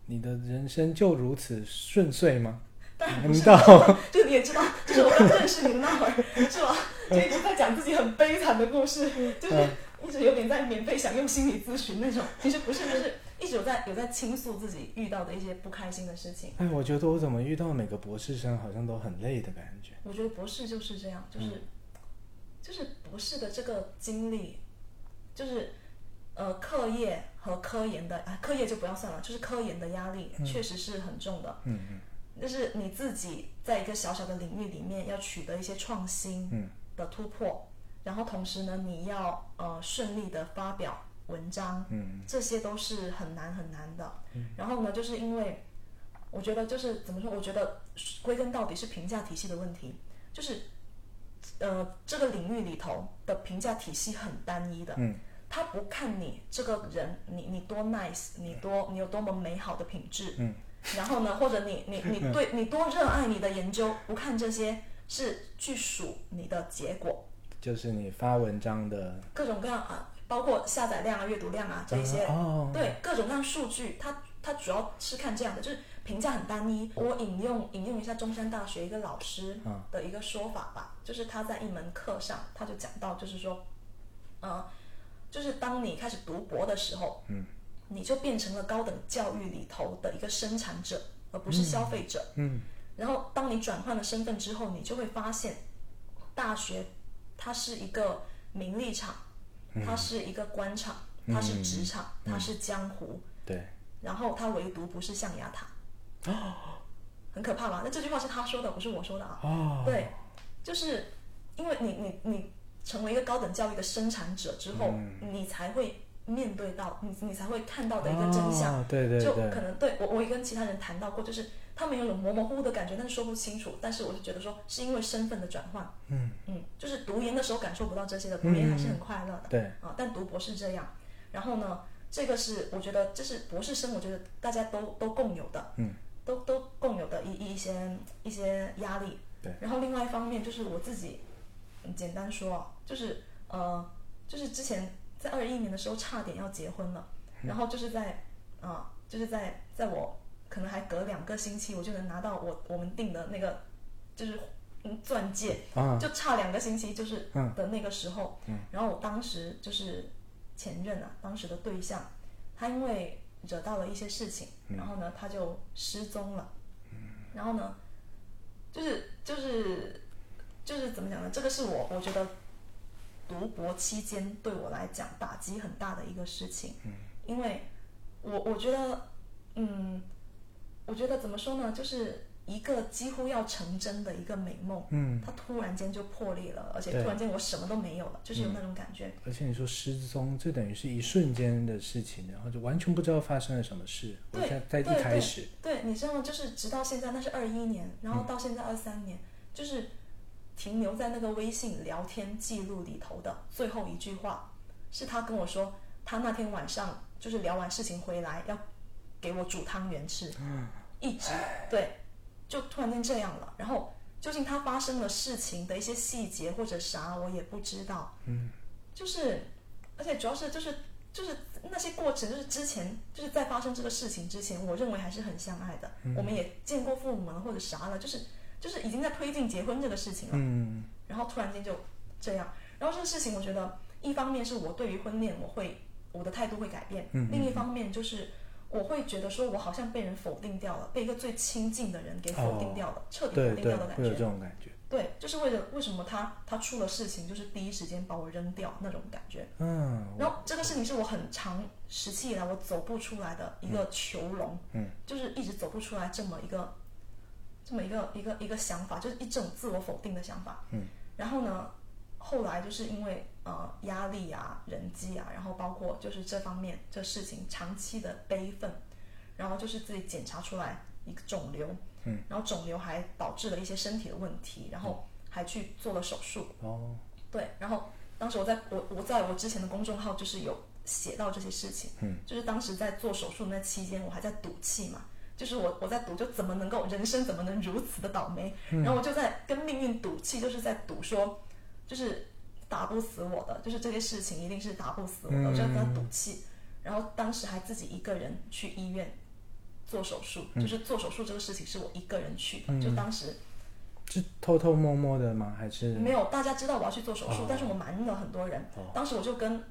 Speaker 1: 你的人生就如此顺遂吗？
Speaker 2: 当然不
Speaker 1: 难
Speaker 2: 是，
Speaker 1: 道
Speaker 2: 就你也知道，就是我刚认识你的那会儿，是吧？就一直在讲自己很悲惨的故事，就是
Speaker 1: 嗯
Speaker 2: 一直有点在免费享用心理咨询那种。其实不是，就是一直有在有在倾诉自己遇到的一些不开心的事情。
Speaker 1: 哎，我觉得我怎么遇到每个博士生好像都很累的感觉？
Speaker 2: 我觉得博士就是这样，就是、就是博士的这个经历，就是呃课业和科研的啊，课业就不要算了，就是科研的压力确实是很重的。
Speaker 1: 嗯嗯
Speaker 2: 就是你自己在一个小小的领域里面要取得一些创新
Speaker 1: 嗯
Speaker 2: 的突破，然后同时呢，你要呃顺利的发表文章，
Speaker 1: 嗯
Speaker 2: 这些都是很难很难的。然后呢，就是因为我觉得就是怎么说，我觉得归根到底是评价体系的问题，就是呃这个领域里头的评价体系很单一的，
Speaker 1: 嗯
Speaker 2: 他不看你这个人，你你多 nice，你多你有多么美好的品质，
Speaker 1: 嗯，
Speaker 2: 然后呢，或者你 你你对你多热爱你的研究，不看这些，是去数你的结果，
Speaker 1: 就是你发文章的
Speaker 2: 各种各样啊，包括下载量啊、阅读量啊这些，
Speaker 1: 哦，
Speaker 2: 对各种各样数据，它它主要是看这样的，就是评价很单一。我引用引用一下中山大学一个老师
Speaker 1: 嗯
Speaker 2: 的一个说法吧，就是他在一门课上，他就讲到，就是说，呃，就是当你开始读博的时候，
Speaker 1: 嗯，
Speaker 2: 你就变成了高等教育里头的一个生产者，而不是消费者。
Speaker 1: 嗯
Speaker 2: 然后当你转换了身份之后，你就会发现，大学它是一个名利场，
Speaker 1: 嗯
Speaker 2: 它是一个官场，它是职场，它是江湖，
Speaker 1: 对，
Speaker 2: 然后它唯独不是象牙塔。很可怕吧？那这句话是他说的，不是我说的啊。
Speaker 1: 哦
Speaker 2: 对，就是因为你你你成为一个高等教育的生产者之后，你才会面对到，你你才会看到的一个真相。
Speaker 1: 嗯哦对对
Speaker 2: 就
Speaker 1: 对
Speaker 2: 可，能对我，我也跟其他人谈到过，就是他们有种模模糊糊的感觉，但是说不清楚。但是我就觉得说，是因为身份的转换，
Speaker 1: 嗯
Speaker 2: 嗯，就是读研的时候感受不到这些的，读研还是很快乐的、
Speaker 1: 对，
Speaker 2: 啊。但读博士这样，然后呢，这个是我觉得这是博士生，我觉得大家都都共有的，
Speaker 1: 嗯，
Speaker 2: 都都共有的一一一些一些压力。
Speaker 1: 对
Speaker 2: 然后另外一方面就是我自己，嗯简单说啊，就是呃，就是之前在二一年的时候差点要结婚了，
Speaker 1: 嗯
Speaker 2: 然后就是在啊、就是在在我可能还隔两个星期，我就能拿到我我们订的那个就是嗯钻戒，
Speaker 1: 啊，
Speaker 2: 就差两个星期就是
Speaker 1: 嗯
Speaker 2: 的那个时候，
Speaker 1: 嗯
Speaker 2: 然后我当时就是前任啊，当时的对象，他因为惹到了一些事情，
Speaker 1: 嗯
Speaker 2: 然后呢他就失踪了，然后呢，就是就是就是怎么讲呢？这个是我我觉得读博期间对我来讲打击很大的一个事情，
Speaker 1: 嗯
Speaker 2: 因为我我觉得嗯，我觉得怎么说呢，就是一个几乎要成真的一个美梦。
Speaker 1: 嗯，
Speaker 2: 它突然间就破裂了，而且
Speaker 1: 对
Speaker 2: 突然间我什么都没有了，就是有那种感觉。
Speaker 1: 而且你说失踪，这等于是一瞬间的事情，然后就完全不知道发生了什么事。我
Speaker 2: 对
Speaker 1: 在在
Speaker 2: 对
Speaker 1: 一开
Speaker 2: 对
Speaker 1: 始，
Speaker 2: 对，你知道吗？就是直到现在，那是二一年，然
Speaker 1: 嗯
Speaker 2: 后到现在二三年，就是停留在那个微信聊天记录里头的最后一句话，是他跟我说，他那天晚上就是聊完事情回来要给我煮汤圆吃，一直对，就突然间这样了。然后究竟他发生了事情的一些细节或者啥，我也不知道。嗯，就是，而且主要是就是就是那些过程，就是之前就是在发生这个事情之前，我认为还是很相爱的，我们也见过父母了或者啥了，就是就是已经在推进结婚这个事情啊了，
Speaker 1: 嗯
Speaker 2: 然后突然间就这样，然后这个事情我觉得一方面是我对于婚恋我会我的态度会改变，
Speaker 1: 嗯嗯
Speaker 2: 另一方面就是。我会觉得说，我好像被人否定掉了，被一个最亲近的人给否定掉了，彻底
Speaker 1: 哦对
Speaker 2: 否定
Speaker 1: 对
Speaker 2: 掉的，感
Speaker 1: 会有
Speaker 2: 觉
Speaker 1: 这。种感觉。
Speaker 2: 对，就是为了为什么他他出了事情，就是第一时间把我扔掉那种感觉。
Speaker 1: 嗯，
Speaker 2: 然后这个事情是我很长时期以来我走不出来的一个囚笼，
Speaker 1: 嗯，
Speaker 2: 就是一直走不出来这么一个这么一个一个一个想法，就是一种自我否定的想法，
Speaker 1: 嗯。
Speaker 2: 然后呢，后来就是因为呃压力啊、人际啊，然后包括就是这方面这事情长期的悲愤，然后就是自己检查出来一个肿瘤，
Speaker 1: 嗯，
Speaker 2: 然后肿瘤还导致了一些身体的问题，然后还去做了手术，
Speaker 1: 哦，
Speaker 2: 对，然后当时我在我我在我之前的公众号就是有写到这些事情，
Speaker 1: 嗯，
Speaker 2: 就是当时在做手术那期间，我还在赌气嘛，就是我我在赌，就怎么能够人生怎么能如此的倒霉，然后我就在跟命运赌气，就是在赌说，就是打不死我的，就是这些事情一定是打不死我的，我就在跟他赌气，然后当时还自己一个人去医院。做手术就是做手术这个事情是我一个人去的，就当时
Speaker 1: 是偷偷摸摸的吗？还是
Speaker 2: 没有，大家知道我要去做手术，
Speaker 1: 哦
Speaker 2: 但是我瞒了很多人。
Speaker 1: 哦
Speaker 2: 当时我就跟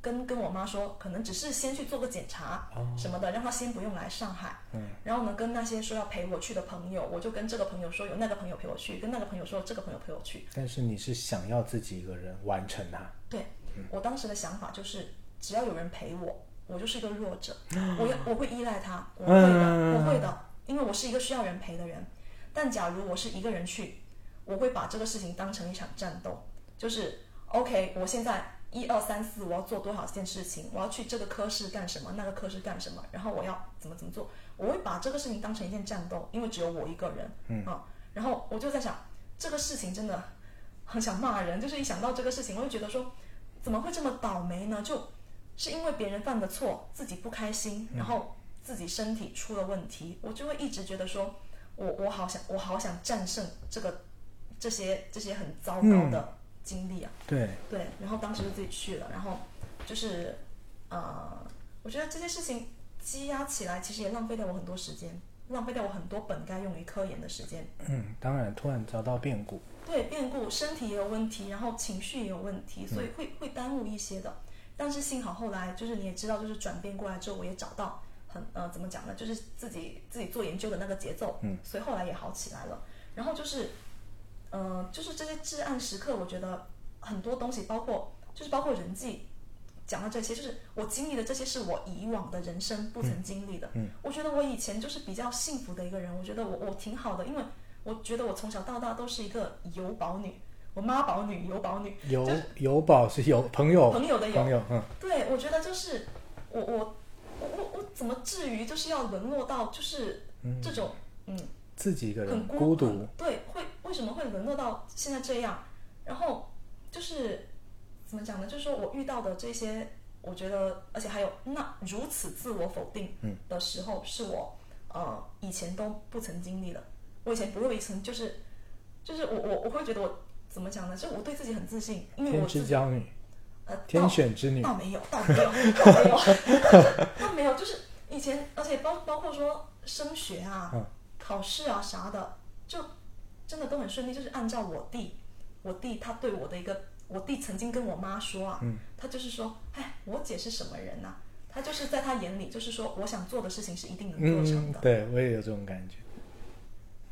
Speaker 2: 跟跟我妈说，可能只是先去做个检查
Speaker 1: 哦
Speaker 2: 什么的，让她先不用来上海。
Speaker 1: 嗯
Speaker 2: 然后呢，跟那些说要陪我去的朋友，我就跟这个朋友说有那个朋友陪我去，跟那个朋友说这个朋友陪我去。
Speaker 1: 但是你是想要自己一个人完成它，
Speaker 2: 对、我当时的想法就是，只要有人陪我，我就是一个弱 者，我要我会依赖他，我会的，
Speaker 1: 嗯
Speaker 2: 我会的，因为我是一个需要人陪的人。但假如我是一个人去，我会把这个事情当成一场战斗，就是 OK，我现在一二三四，我要做多少件事情，我要去这个科室干什么，那个科室干什么，然后我要怎么怎么做，我会把这个事情当成一件战斗，因为只有我一个人，嗯啊，然后我就在想，这个事情真的很想骂人，就是一想到这个事情，我就觉得说，怎么会这么倒霉呢？就是因为别人犯的错，自己不开心，然后自己身体出了问题，我就会一直觉得说，我我好想我好想战胜这个这些这些很糟糕的经历啊。
Speaker 1: 对，
Speaker 2: 对，然后当时就自己去了，然后就是呃，我觉得这些事情积压起来，其实也浪费掉我很多时间，浪费掉我很多本该用于科研的时间。
Speaker 1: 嗯，当然突然遭到变故，
Speaker 2: 对，变故，身体也有问题，然后情绪也有问题，所
Speaker 1: 嗯
Speaker 2: 以会会耽误一些的。但是幸好后来就是你也知道，就是转变过来之后，我也找到很呃怎么讲呢，就是自己自己做研究的那个节奏，
Speaker 1: 嗯，
Speaker 2: 所以后来也好起来了。然后就是，呃，就是这些至暗时刻，我觉得很多东西，包括就是包括人际，讲到这些，就是我经历的这些是我以往的人生不曾经历的。
Speaker 1: 嗯嗯
Speaker 2: 我觉得我以前就是比较幸福的一个人，我觉得我我挺好的，因为我觉得我从小到大都是一个有宝女，我妈宝女、友宝女，
Speaker 1: 友
Speaker 2: 就是
Speaker 1: 友宝是友朋友
Speaker 2: 朋友的友
Speaker 1: 朋。友，嗯，
Speaker 2: 对，我觉得就是我我我我我怎么至于就是要沦落到就是
Speaker 1: 嗯
Speaker 2: 这种嗯
Speaker 1: 自己一个人
Speaker 2: 很
Speaker 1: 孤
Speaker 2: 孤
Speaker 1: 独，
Speaker 2: 对，会为什么会沦落到现在这样？然后就是怎么讲呢？就是说我遇到的这些，我觉得，而且还有那如此自我否定
Speaker 1: 嗯
Speaker 2: 的时候，是我呃以前都不曾经历的。我以前不会曾就是就是我我我会觉得我怎么讲呢？就是我对自己很自信，因为
Speaker 1: 天
Speaker 2: 我自
Speaker 1: 之
Speaker 2: 己
Speaker 1: 骄女，
Speaker 2: 呃
Speaker 1: 天
Speaker 2: 到
Speaker 1: 选之女，
Speaker 2: 倒没有，倒没 有，倒没有，倒没有，就是以前，而且包包括说升学啊、
Speaker 1: 嗯
Speaker 2: 考试啊啥的，就真的都很顺利，就是按照我弟，我弟他对我的一个，我弟曾经跟我妈说啊，
Speaker 1: 嗯
Speaker 2: 他就是说，哎，我姐是什么人呐、他就是在他眼里，就是说我想做的事情是一定能做成
Speaker 1: 嗯，
Speaker 2: 的，
Speaker 1: 对我也有这种感觉，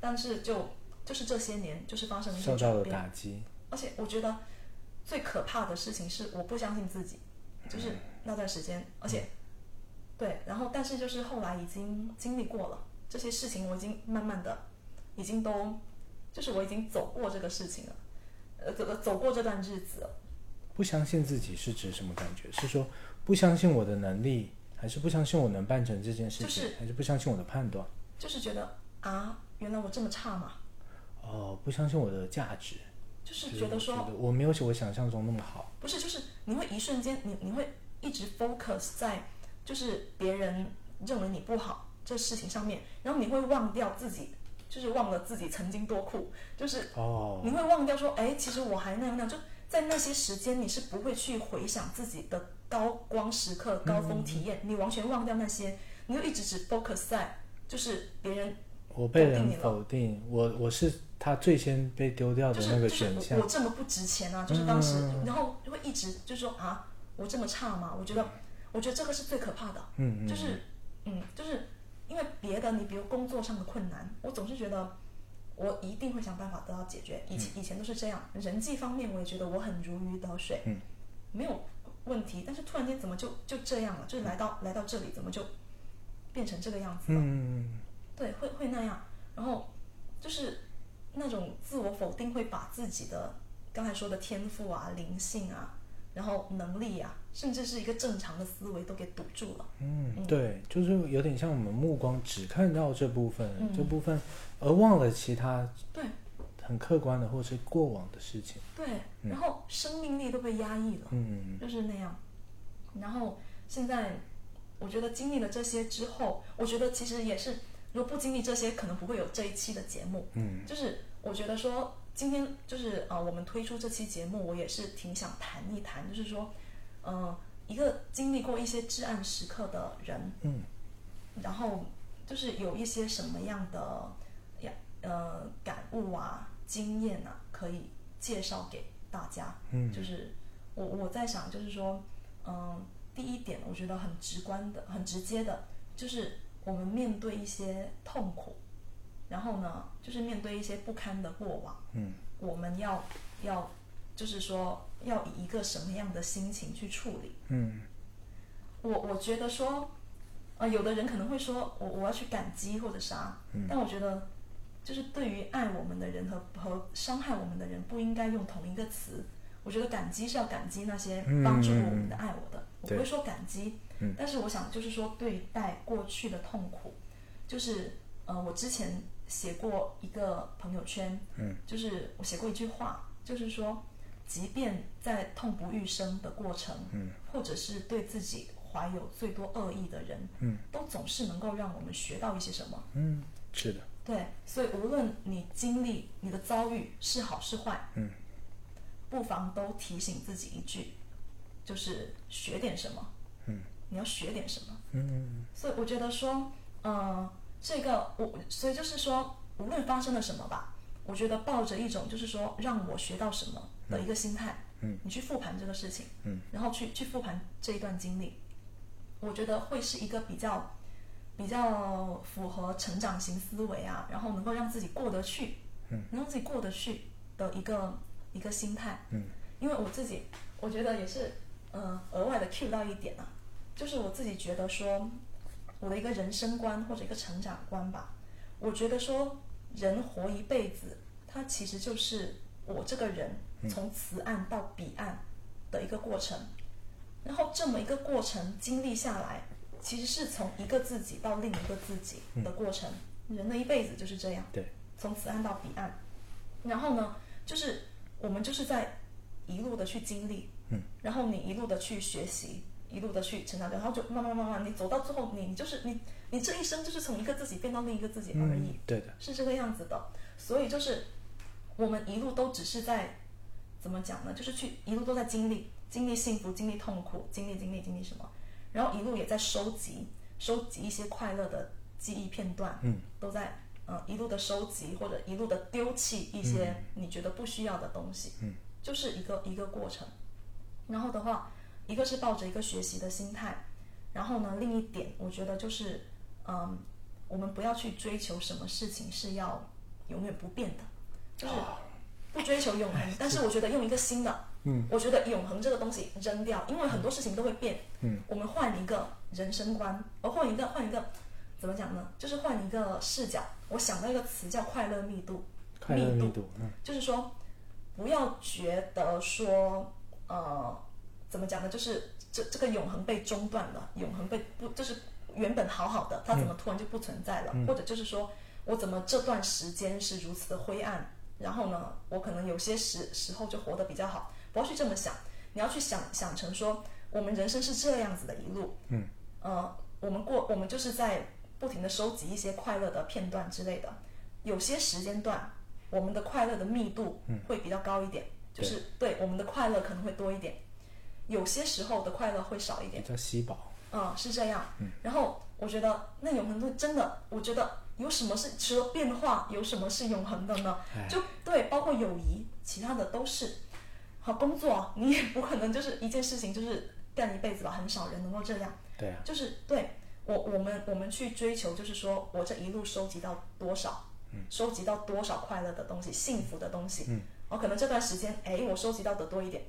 Speaker 2: 但是就就是这些年就是发生了一些
Speaker 1: 受到
Speaker 2: 转
Speaker 1: 了
Speaker 2: 变，
Speaker 1: 打击，
Speaker 2: 而且我觉得最可怕的事情是我不相信自己，就是那段时间，而且对，然后但是就是后来已经经历过了这些事情，我已经慢慢的已经都就是我已经走过这个事情了，呃，走走过这段日子了。
Speaker 1: 不相信自己是指什么感觉？是说不相信我的能力，还是不相信我能办成这件事情，
Speaker 2: 就是
Speaker 1: 还是不相信我的判断？
Speaker 2: 就是觉得啊，原来我这么差嘛，
Speaker 1: 哦，不相信我的价值，
Speaker 2: 就是觉得
Speaker 1: 我
Speaker 2: 说
Speaker 1: 我没有我想象中那么好。
Speaker 2: 不是，就是你会一瞬间，你你会一直 focus 在就是别人认为你不好这事情上面，然后你会忘掉自己，就是忘了自己曾经多酷，就是
Speaker 1: 哦
Speaker 2: 你，会忘掉说，哎，其实我还那样那样，就在那些时间你是不会去回想自己的高光时刻、高峰体验，你完全忘掉那些，你就一直只 focus 在就是别人
Speaker 1: 我被人
Speaker 2: 否
Speaker 1: 否定，我我是他最先被丢掉
Speaker 2: 就
Speaker 1: 的
Speaker 2: 是
Speaker 1: 那个
Speaker 2: 就是
Speaker 1: 选
Speaker 2: 我
Speaker 1: 项
Speaker 2: 我。这么不值钱啊！就是当时，
Speaker 1: 嗯
Speaker 2: 然后就会一直就说啊，我这么差吗？我觉得，我觉得这个是最可怕的，
Speaker 1: 嗯嗯，
Speaker 2: 就是，嗯，就是因为别的，你比如工作上的困难，我总是觉得我一定会想办法得到解决。以
Speaker 1: 嗯
Speaker 2: 前、以前都是这样，人际方面我也觉得我很如鱼得水，
Speaker 1: 嗯
Speaker 2: 没有问题。但是突然间怎么就就这样了？就是来到来到这里，怎么就变成这个样子了？
Speaker 1: 嗯嗯
Speaker 2: 对，会会那样。然后就是那种自我否定，会把自己的刚才说的天赋啊、灵性啊，然后能力啊，甚至是一个正常的思维都给堵住了。
Speaker 1: 嗯
Speaker 2: 嗯
Speaker 1: 嗯，对，就是有点像我们目光只看到这部分，
Speaker 2: 嗯
Speaker 1: 这部分而忘了其他
Speaker 2: 对
Speaker 1: 很客观的或是过往的事情。
Speaker 2: 对，
Speaker 1: 嗯
Speaker 2: 然后生命力都被压抑了，
Speaker 1: 嗯，
Speaker 2: 就是那样。然后现在我觉得经历了这些之后，我觉得其实也是，如果不经历这些，可能不会有这一期的节目。
Speaker 1: 嗯
Speaker 2: 就是我觉得说今天就是呃，我们推出这期节目，我也是挺想谈一谈，就是说，呃，一个经历过一些至暗时刻的人，
Speaker 1: 嗯，
Speaker 2: 然后就是有一些什么样的呀呃感悟啊、经验啊，可以介绍给大家。
Speaker 1: 嗯
Speaker 2: 就是我我在想，就是说，嗯、第一点，我觉得很直观的、很直接的，就是我们面对一些痛苦，然后呢，就是面对一些不堪的过往，
Speaker 1: 嗯，
Speaker 2: 我们要要就是说要以一个什么样的心情去处理？
Speaker 1: 嗯
Speaker 2: 我我觉得说，呃，有的人可能会说我我要去感激或者啥，
Speaker 1: 嗯
Speaker 2: 但我觉得就是对于爱我们的人和和伤害我们的人，不应该用同一个词。我觉得感激是要感激那些帮助我们的、爱我的，我不
Speaker 1: 嗯对
Speaker 2: 会说感激，
Speaker 1: 嗯
Speaker 2: 但是我想就是说对待过去的痛苦，就是呃，我之前写过一个朋友圈，
Speaker 1: 嗯，
Speaker 2: 就是我写过一句话，就是说，即便在痛不欲生的过程，
Speaker 1: 嗯，
Speaker 2: 或者是对自己怀有最多恶意的人，
Speaker 1: 嗯，
Speaker 2: 都总是能够让我们学到一些什么。
Speaker 1: 嗯，是的，
Speaker 2: 对，所以无论你经历你的遭遇是好是坏，
Speaker 1: 嗯，
Speaker 2: 不妨都提醒自己一句，就是学点什么，
Speaker 1: 嗯，
Speaker 2: 你要学点什么。
Speaker 1: 嗯
Speaker 2: 所以我觉得说，呃，这个我，所以就是说，无论发生了什么吧，我觉得抱着一种就是说让我学到什么的一个心态，
Speaker 1: 嗯，
Speaker 2: 你去复盘这个事情，
Speaker 1: 嗯，
Speaker 2: 然后去去复盘这一段经历，我觉得会是一个比较比较符合成长型思维啊，然后能够让自己过得去，
Speaker 1: 嗯，
Speaker 2: 能让自己过得去的一个一个心态，
Speaker 1: 嗯
Speaker 2: 因为我自己，我觉得也是，呃，额外的 cue 到一点啊，就是我自己觉得说，我的一个人生观或者一个成长观吧，我觉得说，人活一辈子，他其实就是我这个人
Speaker 1: 嗯
Speaker 2: 从此岸到彼岸的一个过程。然后这么一个过程经历下来，其实是从一个自己到另一个自己的过程。人的一辈子就是这样，
Speaker 1: 嗯对，
Speaker 2: 从此岸到彼岸。然后呢，就是我们就是在一路的去经历，
Speaker 1: 嗯，
Speaker 2: 然后你一路的去学习，一路的去成长，然后就慢慢慢慢，你走到最后，你你就是你你这一生就是从一个自己变到另一个自己而已，
Speaker 1: 嗯，对的，
Speaker 2: 是这个样子的。所以就是我们一路都只是在怎么讲呢？就是去一路都在经历，经历幸福，经历痛苦，经历经历经历什么，然后一路也在收集收集一些快乐的记忆片段，
Speaker 1: 嗯，
Speaker 2: 都在呃一路的收集或者一路的丢弃一些你觉得不需要的东西，
Speaker 1: 嗯，
Speaker 2: 就是一个一个过程。然后的话，一个是抱着一个学习的心态，然后呢，另一点我觉得就是，嗯，我们不要去追求什么事情是要永远不变的，就是不追求永恒，但是我觉得用一个新的，
Speaker 1: 啊哎嗯，
Speaker 2: 我觉得永恒这个东西扔掉，因为很多事情都会变，
Speaker 1: 嗯，
Speaker 2: 我们换一个人生观，哦，换一个换一个，怎么讲呢？就是换一个视角。我想到一个词叫快乐密度，
Speaker 1: 快乐密度，嗯，
Speaker 2: 就是说，不要觉得说，呃，怎么讲呢？就是这这个永恒被中断了，永恒被不就是原本好好的，它怎么突然就不存在了？或者就是说我怎么这段时间是如此的灰暗？然后呢，我可能有些时时候就活得比较好，不要去这么想，你要去想想成说，我们人生是这样子的一路，
Speaker 1: 嗯，
Speaker 2: 呃，我们过我们就是在不停的收集一些快乐的片段之类的，有些时间段我们的快乐的密度会比较高一点，就是对我们的快乐可能会多一点，有些时候的快乐会少一点
Speaker 1: 比。较稀薄，
Speaker 2: 嗯，是这样。然后我觉得那永恒度真的，我觉得有什么是除了变化，有什么是永恒的呢
Speaker 1: 哎？
Speaker 2: 就对，包括友谊，其他的都是。好，工作你也不可能就是一件事情就是干一辈子吧，很少人能够这样。
Speaker 1: 对啊，
Speaker 2: 就是对我我们我们去追求，就是说我这一路收集到多少，
Speaker 1: 嗯
Speaker 2: 收集到多少快乐的东西、幸福的东西。我、可能这段时间，哎，我收集到的多一点，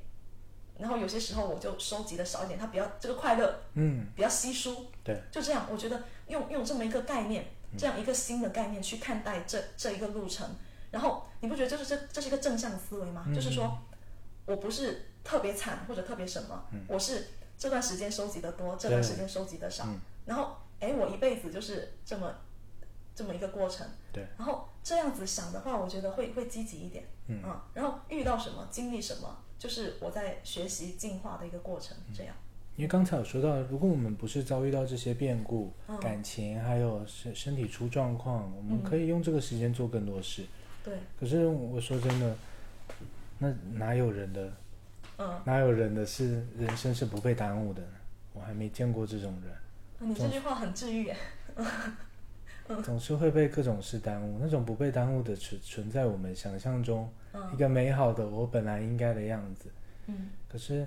Speaker 2: 然后有些时候我就收集的少一点，它比较这个快乐
Speaker 1: 嗯，
Speaker 2: 比较稀疏，
Speaker 1: 对，嗯
Speaker 2: 就这样。我觉得用用这么一个概念，这样一个新的概念去看待这这一个路程，然后你不觉得就是这这是一个正向思维
Speaker 1: 嗯
Speaker 2: 吗？就是说我不是特别惨或者特别什么，
Speaker 1: 嗯
Speaker 2: 我是这段时间收集的多，这段时间收集的
Speaker 1: 嗯
Speaker 2: 少，然后哎，我一辈子就是这么这么一个过程。
Speaker 1: 对，
Speaker 2: 然后这样子想的话，我觉得会会积极一点，嗯然后遇到什么经历什么，就是我在学习进化的一个过程，这样。
Speaker 1: 因为刚才有说到，如果我们不是遭遇到这些变故，感情还有身身体出状况，我们可以用这个时间做更多事。
Speaker 2: 对，
Speaker 1: 可是我说真的，那哪有人的
Speaker 2: 嗯，
Speaker 1: 哪有人的是人生是不被耽误的呢？我还没见过这种人，
Speaker 2: 你这句话很治愈耶。
Speaker 1: 总是会被各种事耽误。那种不被耽误的存存在我们想象中一个美好的我本来应该的样子。
Speaker 2: 嗯，
Speaker 1: 可是，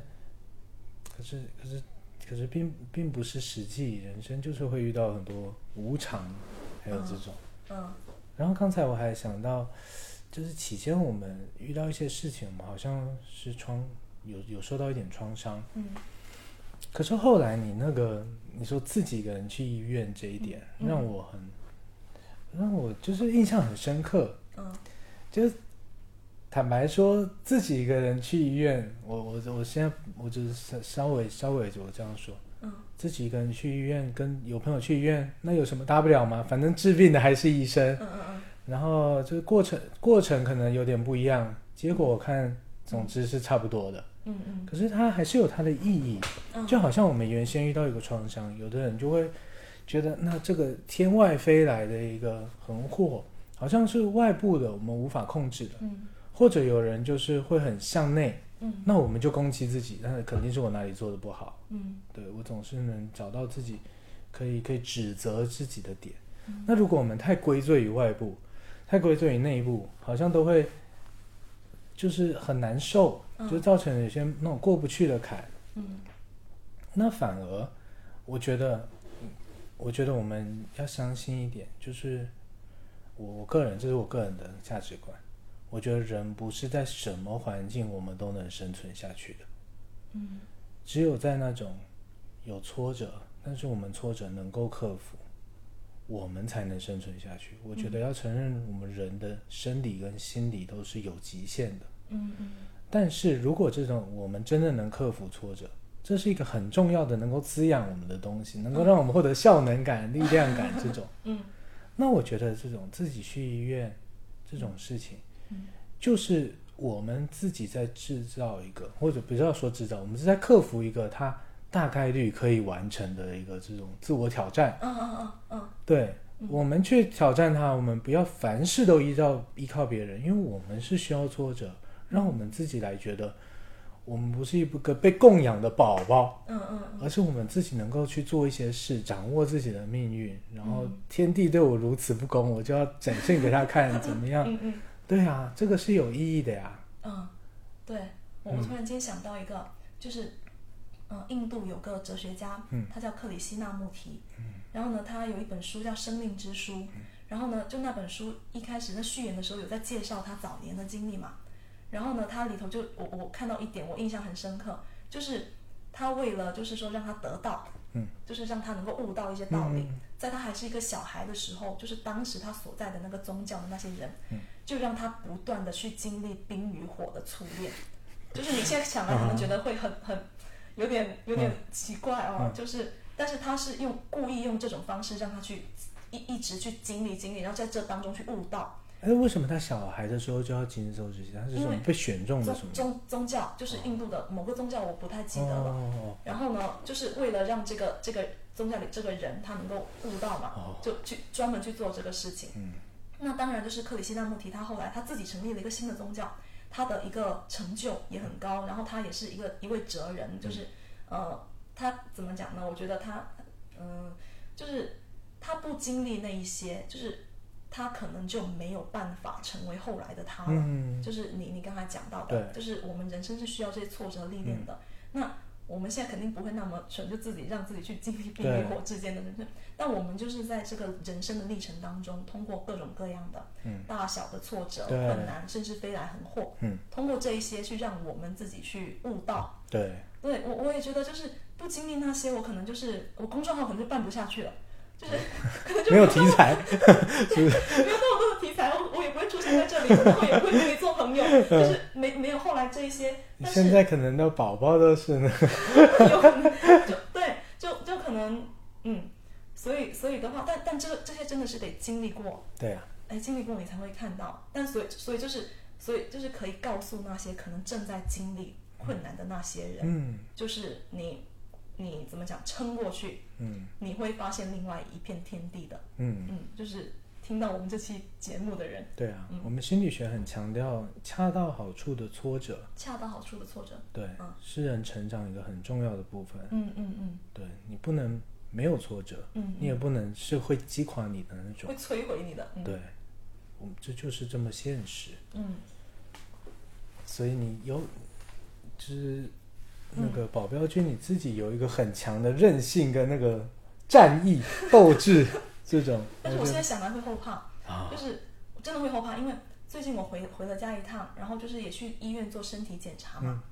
Speaker 1: 可是，可是，可是并并不是实际，人生就是会遇到很多无常，还有这种。
Speaker 2: 嗯
Speaker 1: 然后刚才我还想到，就是期间我们遇到一些事情，我们好像是创有有受到一点创伤。
Speaker 2: 嗯
Speaker 1: 可是后来你那个你说自己一个人去医院这一点，
Speaker 2: 嗯
Speaker 1: 让我很让我就是印象很深刻。
Speaker 2: 嗯
Speaker 1: 就是坦白说，自己一个人去医院，我我我现在我就是稍稍微稍微我这样说，
Speaker 2: 嗯，
Speaker 1: 自己一个人去医院，跟有朋友去医院，那有什么大不了吗？反正治病的还是医生
Speaker 2: 嗯，嗯
Speaker 1: 然后这个过程过程可能有点不一样，结果我看总之是差不多的。
Speaker 2: 嗯嗯
Speaker 1: 可是它还是有它的意义，
Speaker 2: 嗯，
Speaker 1: 就好像我们原先遇到一个创伤，有的人就会觉得那这个天外飞来的一个横祸，好像是外部的我们无法控制的。
Speaker 2: 嗯
Speaker 1: 或者有人就是会很向内，
Speaker 2: 嗯
Speaker 1: 那我们就攻击自己，那肯定是我哪里做的不好。
Speaker 2: 嗯
Speaker 1: 对我总是能找到自己可以可以指责自己的点。那如果我们太归罪于外部，太归罪于内部，好像都会就是很难受，
Speaker 2: 嗯
Speaker 1: 就造成有些那种过不去的坎。
Speaker 2: 嗯
Speaker 1: 那反而，我觉得，我觉得我们要相信一点，就是我我个人，这是我个人的价值观。我觉得人不是在什么环境我们都能生存下去的，
Speaker 2: 嗯
Speaker 1: 只有在那种有挫折，但是我们挫折能够克服，我们才能生存下去。我觉得要承认我们人的生理跟心理都是有极限的。
Speaker 2: 嗯嗯
Speaker 1: 但是如果这种我们真的能克服挫折，这是一个很重要的能够滋养我们的东西，能够让我们获得效能感、力量感这种。
Speaker 2: 嗯，
Speaker 1: 那我觉得这种自己去医院这种事情，就是我们自己在制造一个，或者不要说制造，我们是在克服一个它大概率可以完成的一个这种自我挑战。
Speaker 2: 嗯嗯嗯嗯，
Speaker 1: 对，我们去挑战它，我们不要凡事都依照依靠别人，因为我们是需要挫折，让我们自己来觉得，我们不是一个被供养的宝宝，
Speaker 2: 嗯嗯
Speaker 1: 而是我们自己能够去做一些事，掌握自己的命运。然后
Speaker 2: 嗯
Speaker 1: 天地对我如此不公，我就要展现给他看，怎么样？
Speaker 2: 嗯嗯
Speaker 1: 对啊，这个是有意义的呀。
Speaker 2: 嗯，对，我
Speaker 1: 嗯
Speaker 2: 我突然间想到一个，就是，嗯，印度有个哲学家，
Speaker 1: 嗯
Speaker 2: 他叫克里希那穆提，然后呢，他有一本书叫《生命之书》，
Speaker 1: 嗯
Speaker 2: 然后呢，就那本书一开始在序言的时候有在介绍他早年的经历嘛，然后呢，他里头就我我看到一点，我印象很深刻，就是他为了就是说让他得到，
Speaker 1: 嗯，
Speaker 2: 就是让他能够悟到一些道
Speaker 1: 嗯
Speaker 2: 理
Speaker 1: 嗯嗯，
Speaker 2: 在他还是一个小孩的时候，就是当时他所在的那个宗教的那些人，就让他不断的去经历冰与火的淬 炼，就是你现在想来可能觉得会很很有点有点奇怪
Speaker 1: 嗯
Speaker 2: 哦，就是但是他是用故意用这种方式让他去一一直去经历经历，然后在这当中去悟道。
Speaker 1: 哎，为什么他小孩的时候就要经受这些？他是什么
Speaker 2: 因为
Speaker 1: 被选中的
Speaker 2: 宗
Speaker 1: 什么？
Speaker 2: 宗宗教就是印度的某个宗教，我不太记
Speaker 1: 哦
Speaker 2: 得了。
Speaker 1: 哦
Speaker 2: 然后呢，就是为了让这个这个宗教里这个人他能够悟道嘛，
Speaker 1: 哦
Speaker 2: 就去专门去做这个事情。
Speaker 1: 嗯
Speaker 2: 那当然就是克里希那穆提，他后来他自己成立了一个新的宗教，他的一个成就也很高，然后他也是一个一位哲人，就是、
Speaker 1: 嗯
Speaker 2: 呃，他怎么讲呢？我觉得他嗯、就是他不经历那一些，就是他可能就没有办法成为后来的他了。
Speaker 1: 嗯
Speaker 2: 就是你你刚才讲到的，就是我们人生是需要这些挫折历练的。
Speaker 1: 嗯
Speaker 2: 那我们现在肯定不会那么蠢，就自己让自己去经历冰与火之间的人生。但我们就是在这个人生的历程当中，通过各种各样的、
Speaker 1: 嗯
Speaker 2: 大小的挫折、
Speaker 1: 对
Speaker 2: 困难，甚至飞来横祸，
Speaker 1: 嗯，
Speaker 2: 通过这一些去让我们自己去悟道。
Speaker 1: 对，
Speaker 2: 对我我也觉得，就是不经历那些，我可能就是我公众号可能就办不下去了。 就是可能就
Speaker 1: 没有题 材。
Speaker 2: 没有那么多的题材，我我也不会出现在这里，然后也不会跟你做 朋友，就是没没有后来这一些，
Speaker 1: 你
Speaker 2: 但
Speaker 1: 现
Speaker 2: 是
Speaker 1: 在可能的宝宝都是呢。
Speaker 2: 有可能就对，就就可能嗯，所以所以的话，但但这个这些真的是得经历过，
Speaker 1: 对啊，
Speaker 2: 哎，经历过你才会看到，但所以所以就是所以就是可以告诉那些可能正在经历困难的那些人，
Speaker 1: 嗯
Speaker 2: 就是你你怎么讲撑过去，
Speaker 1: 嗯
Speaker 2: 你会发现另外一片天地的，
Speaker 1: 嗯。
Speaker 2: 嗯，就是听到我们这期节目的人。
Speaker 1: 对啊，
Speaker 2: 嗯
Speaker 1: 我们心理学很强调恰到好处的挫折，
Speaker 2: 恰到好处的挫折。
Speaker 1: 对，
Speaker 2: 嗯
Speaker 1: 是人成长一个很重要的部分。
Speaker 2: 嗯嗯嗯
Speaker 1: 对你不能没有挫折，
Speaker 2: 嗯
Speaker 1: 你也不能是会击垮你的那
Speaker 2: 嗯，
Speaker 1: 种
Speaker 2: 会。摧毁你的。嗯
Speaker 1: 对，我们这就是这么现实。
Speaker 2: 嗯
Speaker 1: 所以你有，就是那个保镖君你自己有一个很强的韧性跟那个战意、斗志这种。
Speaker 2: 但是我
Speaker 1: 觉
Speaker 2: 现
Speaker 1: 得
Speaker 2: 在想来会后怕，
Speaker 1: 啊，
Speaker 2: 就是我真的会后怕，因为最近我回回了家一趟，然后就是也去医院做身体检查嘛，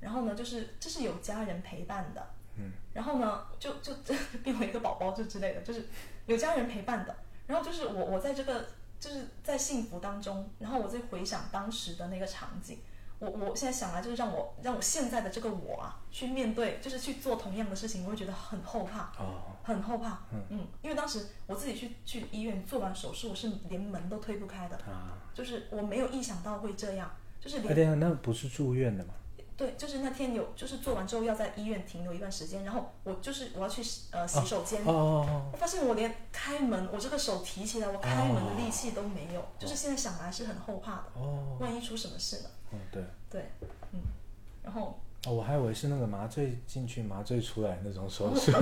Speaker 2: 然后呢，就是这是有家人陪伴的，
Speaker 1: 嗯，
Speaker 2: 然后呢，就就 变为一个宝宝就之类的，就是有家人陪伴的，然后就是我我在这个就是在幸福当中，然后我再回想当时的那个场景。我我现在想来，就是让我让我现在的这个我啊，去面对，就是去做同样的事情，我会觉得很后怕。
Speaker 1: 哦，
Speaker 2: 很后怕，嗯，因为当时我自己去去医院做完手术，我是连门都推不开的，
Speaker 1: 啊，
Speaker 2: 就是我没有意想到会这样， 就是
Speaker 1: 哎，
Speaker 2: 连
Speaker 1: 等一下，那不是住院的吗？
Speaker 2: 对，就是那天有就是做完之后要在医院停留一段时间，然后我就是我要去洗呃洗手间，
Speaker 1: 哦哦哦，
Speaker 2: 我发现我连开门，我这个手提起来，我开门的力气都没有，就是现在想来是很后怕的，
Speaker 1: 哦
Speaker 2: 万一出什么事呢？
Speaker 1: 哦，对。
Speaker 2: 对，嗯，然后
Speaker 1: 哦，我还以为是那个麻醉进去、麻醉出来那种手 术，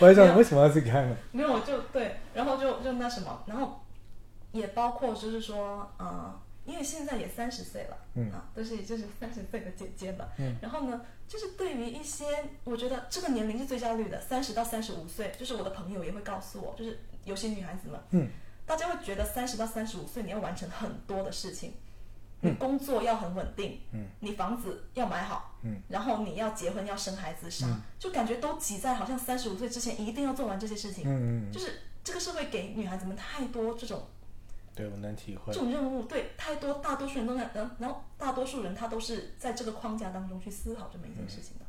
Speaker 1: 我还想为什么要自己开门？
Speaker 2: 没有，就对，然后就就那什么，然后也包括就是说，呃，因为现在也三十岁了，
Speaker 1: 嗯
Speaker 2: 啊，都是就是三十岁的姐姐了，
Speaker 1: 嗯，
Speaker 2: 然后呢，就是对于一些我觉得这个年龄是最焦虑的，三十到三十五岁，就是我的朋友也会告诉我，就是有些女孩子们，
Speaker 1: 嗯，
Speaker 2: 大家会觉得三十到三十五岁你要完成很多的事情，你工作要很稳定，
Speaker 1: 嗯，
Speaker 2: 你房子要买好，
Speaker 1: 嗯，
Speaker 2: 然后你要结婚要生孩子啥，就感觉都挤在好像三十五岁之前一定要做完这些事情，
Speaker 1: 嗯嗯
Speaker 2: 就是这个社会给女孩子们太多这种
Speaker 1: 对我能体会
Speaker 2: 这。种任务对太多大多数人都在，然后然后大多数人他都是在这个框架当中去思考这么一件事情的。
Speaker 1: 嗯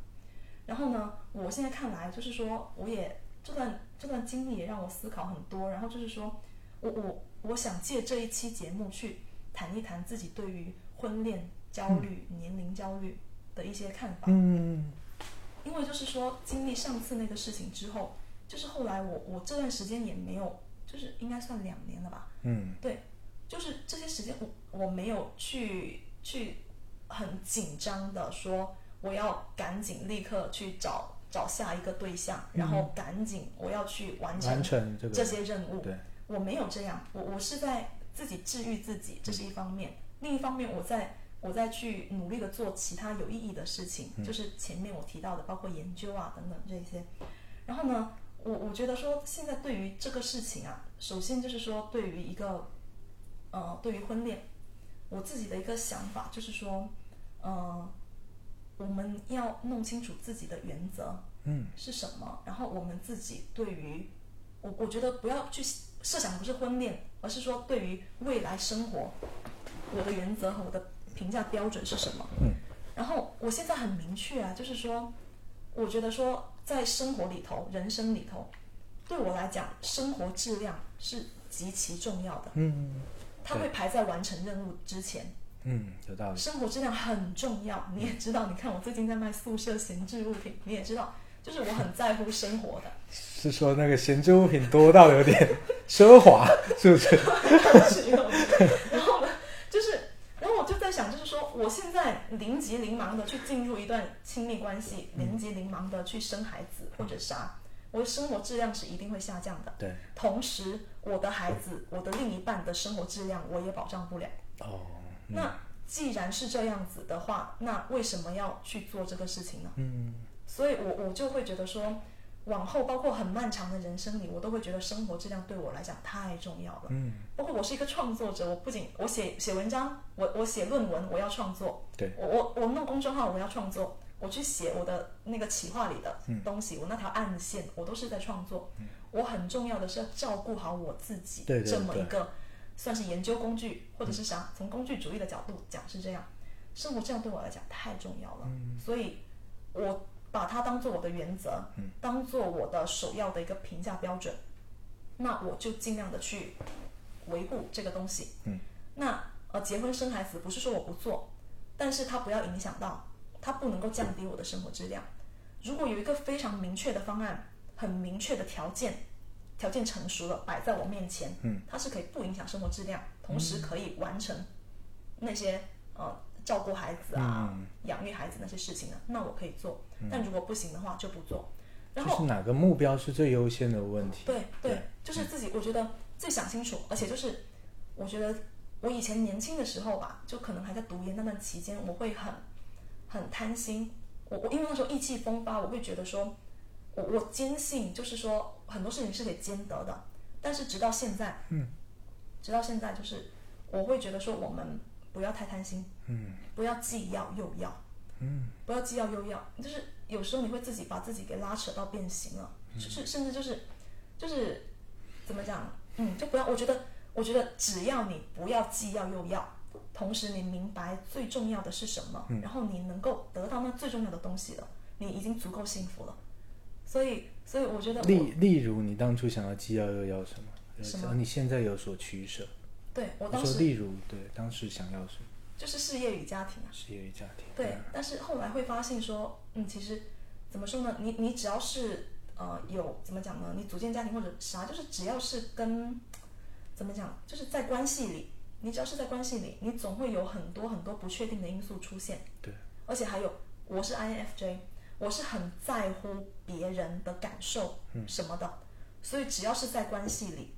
Speaker 2: 然后呢，我现在看来就是说，我也这段这段经历也让我思考很多。然后就是说我我我想借这一期节目去谈一谈自己对于婚恋焦虑、年龄焦虑的一些看法。
Speaker 1: 嗯，
Speaker 2: 因为就是说经历上次那个事情之后，就是后来我我这段时间也没有，就是应该算两年了吧，
Speaker 1: 嗯，
Speaker 2: 对，就是这些时间我我没有去去很紧张的说我要赶紧立刻去找找下一个对象，然后赶紧我要去完
Speaker 1: 嗯
Speaker 2: 成
Speaker 1: 完成这个
Speaker 2: 这些任务。
Speaker 1: 对，
Speaker 2: 我没有这样，我我是在自己治愈自己，这是一方面；另一方面，我在我在去努力的做其他有意义的事情，就是前面我提到的，包括研究啊等等这些。然后呢，我我觉得说现在对于这个事情啊，首先就是说对于一个呃，对于婚恋，我自己的一个想法就是说，呃，我们要弄清楚自己的原则，
Speaker 1: 嗯，
Speaker 2: 是什么，然后我们自己对于我，我觉得不要去设想不是婚恋，而是说对于未来生活，我的原则和我的评价标准是什么。
Speaker 1: 嗯，
Speaker 2: 然后我现在很明确啊，就是说，我觉得说在生活里头、人生里头，对我来讲，生活质量是极其重要的，
Speaker 1: 嗯，
Speaker 2: 它会排在完成任务之前。
Speaker 1: 嗯，有道理。
Speaker 2: 生活质量很重要，你也知道。你看我最近在卖宿舍闲置物品，你也知道，就是我很在乎生活的。
Speaker 1: 是说那个闲置物品多到有 点奢华，是不是？
Speaker 2: 是有然后呢，就是，然后我就在想，就是说，我现在零急零忙的去进入一段亲密关系，零急零忙的去生孩子或者啥，我的生活质量是一定会下降的。
Speaker 1: 对，
Speaker 2: 同时，我的孩子，我的另一半的生活质量我也保障不了。
Speaker 1: 哦，
Speaker 2: 那既然是这样子的话，那为什么要去做这个事情呢？
Speaker 1: 嗯，
Speaker 2: 所以我我就会觉得说，往后包括很漫长的人生里，我都会觉得生活质量对我来讲太重要了。
Speaker 1: 嗯，
Speaker 2: 包括我是一个创作者，我不仅我写写文章，我我写论文，我要创作，
Speaker 1: 对，
Speaker 2: 我我我弄公众号，我要创作，我去写我的那个企划里的东
Speaker 1: 嗯
Speaker 2: 西，我那条暗线，我都是在创作。我很重要的是要照顾好我自己，
Speaker 1: 对对
Speaker 2: 这么
Speaker 1: 对
Speaker 2: 一个算是研究工具或者是啥，从工具主义的角度讲是这样。生活这样对我来讲太重要了，
Speaker 1: 嗯
Speaker 2: 所以我把它当做我的原则，
Speaker 1: 嗯
Speaker 2: 当做我的首要的一个评价标准。那我就尽量的去维护这个东西。
Speaker 1: 嗯，
Speaker 2: 那呃，结婚生孩子不是说我不做，但是它不要影响到，它不能够降低我的生活质量。如果有一个非常明确的方案，很明确的条件，条件成熟了摆在我面前，
Speaker 1: 嗯，
Speaker 2: 它是可以不影响生活质量，同时可以完成那些呃照顾孩子啊、
Speaker 1: 嗯
Speaker 2: 养育孩子那些事情的，啊那我可以做。但如果不行的话，就不做。然
Speaker 1: 就
Speaker 2: 后
Speaker 1: 是哪个目标是最优先的问题。
Speaker 2: 对
Speaker 1: 对
Speaker 2: 对，就是自己，我觉得自己想清楚，而且就是我觉得我以前年轻的时候吧，就可能还在读研那段期间，我会很很贪心，我我因为那时候意气风发，我会觉得说，我我坚信就是说很多事情是可以兼得的，但是直到现在，
Speaker 1: 嗯，
Speaker 2: 直到现在就是我会觉得说我们不要太贪心，
Speaker 1: 嗯
Speaker 2: 不要既要又要，
Speaker 1: 嗯，
Speaker 2: 不要既要又要，就是有时候你会自己把自己给拉扯到变形了，
Speaker 1: 嗯
Speaker 2: 就是甚至就是就是怎么讲，嗯，就不要，我觉得我觉得只要你不要既要又要，同时你明白最重要的是什么，
Speaker 1: 嗯
Speaker 2: 然后你能够得到那最重要的东西了，你已经足够幸福了。所以，所以我觉得我
Speaker 1: 例例如你当初想要既要又要什么？呃
Speaker 2: 什么
Speaker 1: 你现在有所取舍。
Speaker 2: 对我
Speaker 1: 你
Speaker 2: 当
Speaker 1: 说
Speaker 2: 时
Speaker 1: 例如，对，当时想要什么？
Speaker 2: 就是事业与家庭啊，
Speaker 1: 事业与家庭。
Speaker 2: 对，但是后来会发现说，嗯，其实怎么说呢？你你只要是呃有怎么讲呢？你组建家庭或者啥，就是只要是跟怎么讲，就是在关系里，你只要是在关系里，你总会有很多很多不确定的因素出现。
Speaker 1: 对，
Speaker 2: 而且还有，我是 INFJ，我是很在乎别人的感受什么的，所以只要是在关系里，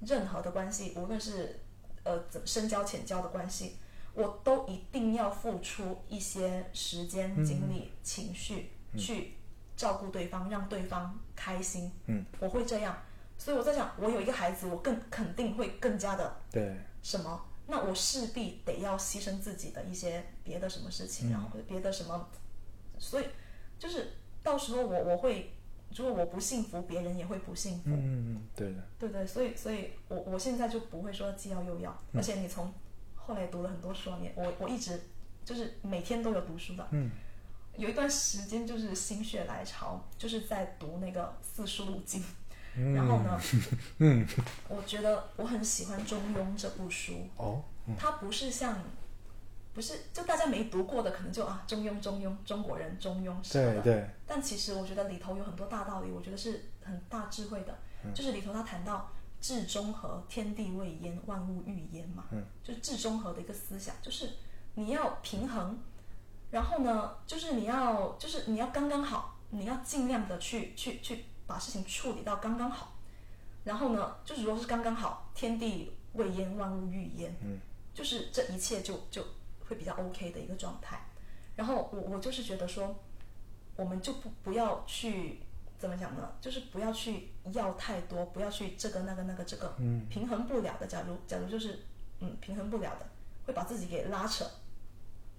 Speaker 2: 任何的关系，无论是呃怎深交浅交的关系，我都一定要付出一些时间、精力、情绪去照顾对方，让对方开心。
Speaker 1: 嗯，
Speaker 2: 我会这样，所以我在想，我有一个孩子，我更肯定会更加的
Speaker 1: 对，
Speaker 2: 什么，那我势必得要牺牲自己的一些别的啊什么事情，然后别的什么，所以就是到时候我我会如果我不幸福，别人也会不幸福。
Speaker 1: 嗯，嗯对的，
Speaker 2: 对对，所以所以我我现在就不会说既要又要，
Speaker 1: 嗯
Speaker 2: 而且你从后来读了很多书啊，你我我一直就是每天都有读书的，
Speaker 1: 嗯，
Speaker 2: 有一段时间就是心血来潮，就是在读那个四书五经，
Speaker 1: 嗯
Speaker 2: 然后呢，
Speaker 1: 嗯，
Speaker 2: 我觉得我很喜欢《中庸》这部书，
Speaker 1: 哦，嗯
Speaker 2: 它不是像，不是就大家没读过的，可能就啊中庸中庸中国人中庸什么
Speaker 1: 对
Speaker 2: 的。
Speaker 1: 对，
Speaker 2: 但其实我觉得里头有很多大道理，我觉得是很大智慧的。
Speaker 1: 嗯
Speaker 2: 就是里头他谈到至中和，天地未焉，万物欲焉嘛。
Speaker 1: 嗯。
Speaker 2: 就至中和的一个思想，就是你要平衡，然后呢，就是你要就是你要刚刚好，你要尽量的去去去把事情处理到刚刚好。然后呢，就是如果是刚刚好，天地未焉，万物欲焉，
Speaker 1: 嗯，
Speaker 2: 就是这一切就就会比较 OK 的一个状态。然后我我就是觉得说，我们就不不要去怎么讲呢？就是不要去要太多，不要去这个那个那个这个，
Speaker 1: 嗯，
Speaker 2: 平衡不了的。假如假如就是嗯平衡不了的，会把自己给拉扯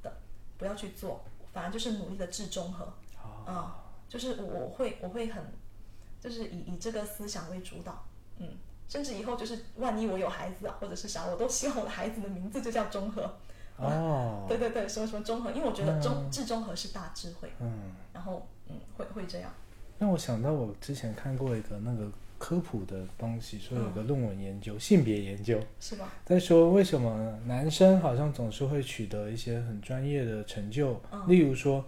Speaker 2: 的，不要去做，反而就是努力的至中和。
Speaker 1: 好，
Speaker 2: 啊、就是我我会我会很，就是以以这个思想为主导，嗯，甚至以后就是万一我有孩子啊，或者是啥，我都希望我的孩子的名字就叫中和，
Speaker 1: 哦，
Speaker 2: 对对对，什么什么中和，因为我觉得中至中和是大智慧，
Speaker 1: 嗯，
Speaker 2: 然后嗯会会这样，
Speaker 1: 让我想到我之前看过一个那个科普的东西，说有个论文研究，性别研究，
Speaker 2: 嗯是吧？
Speaker 1: 在说为什么男生好像总是会取得一些很专业的成就，
Speaker 2: 嗯
Speaker 1: 例如说，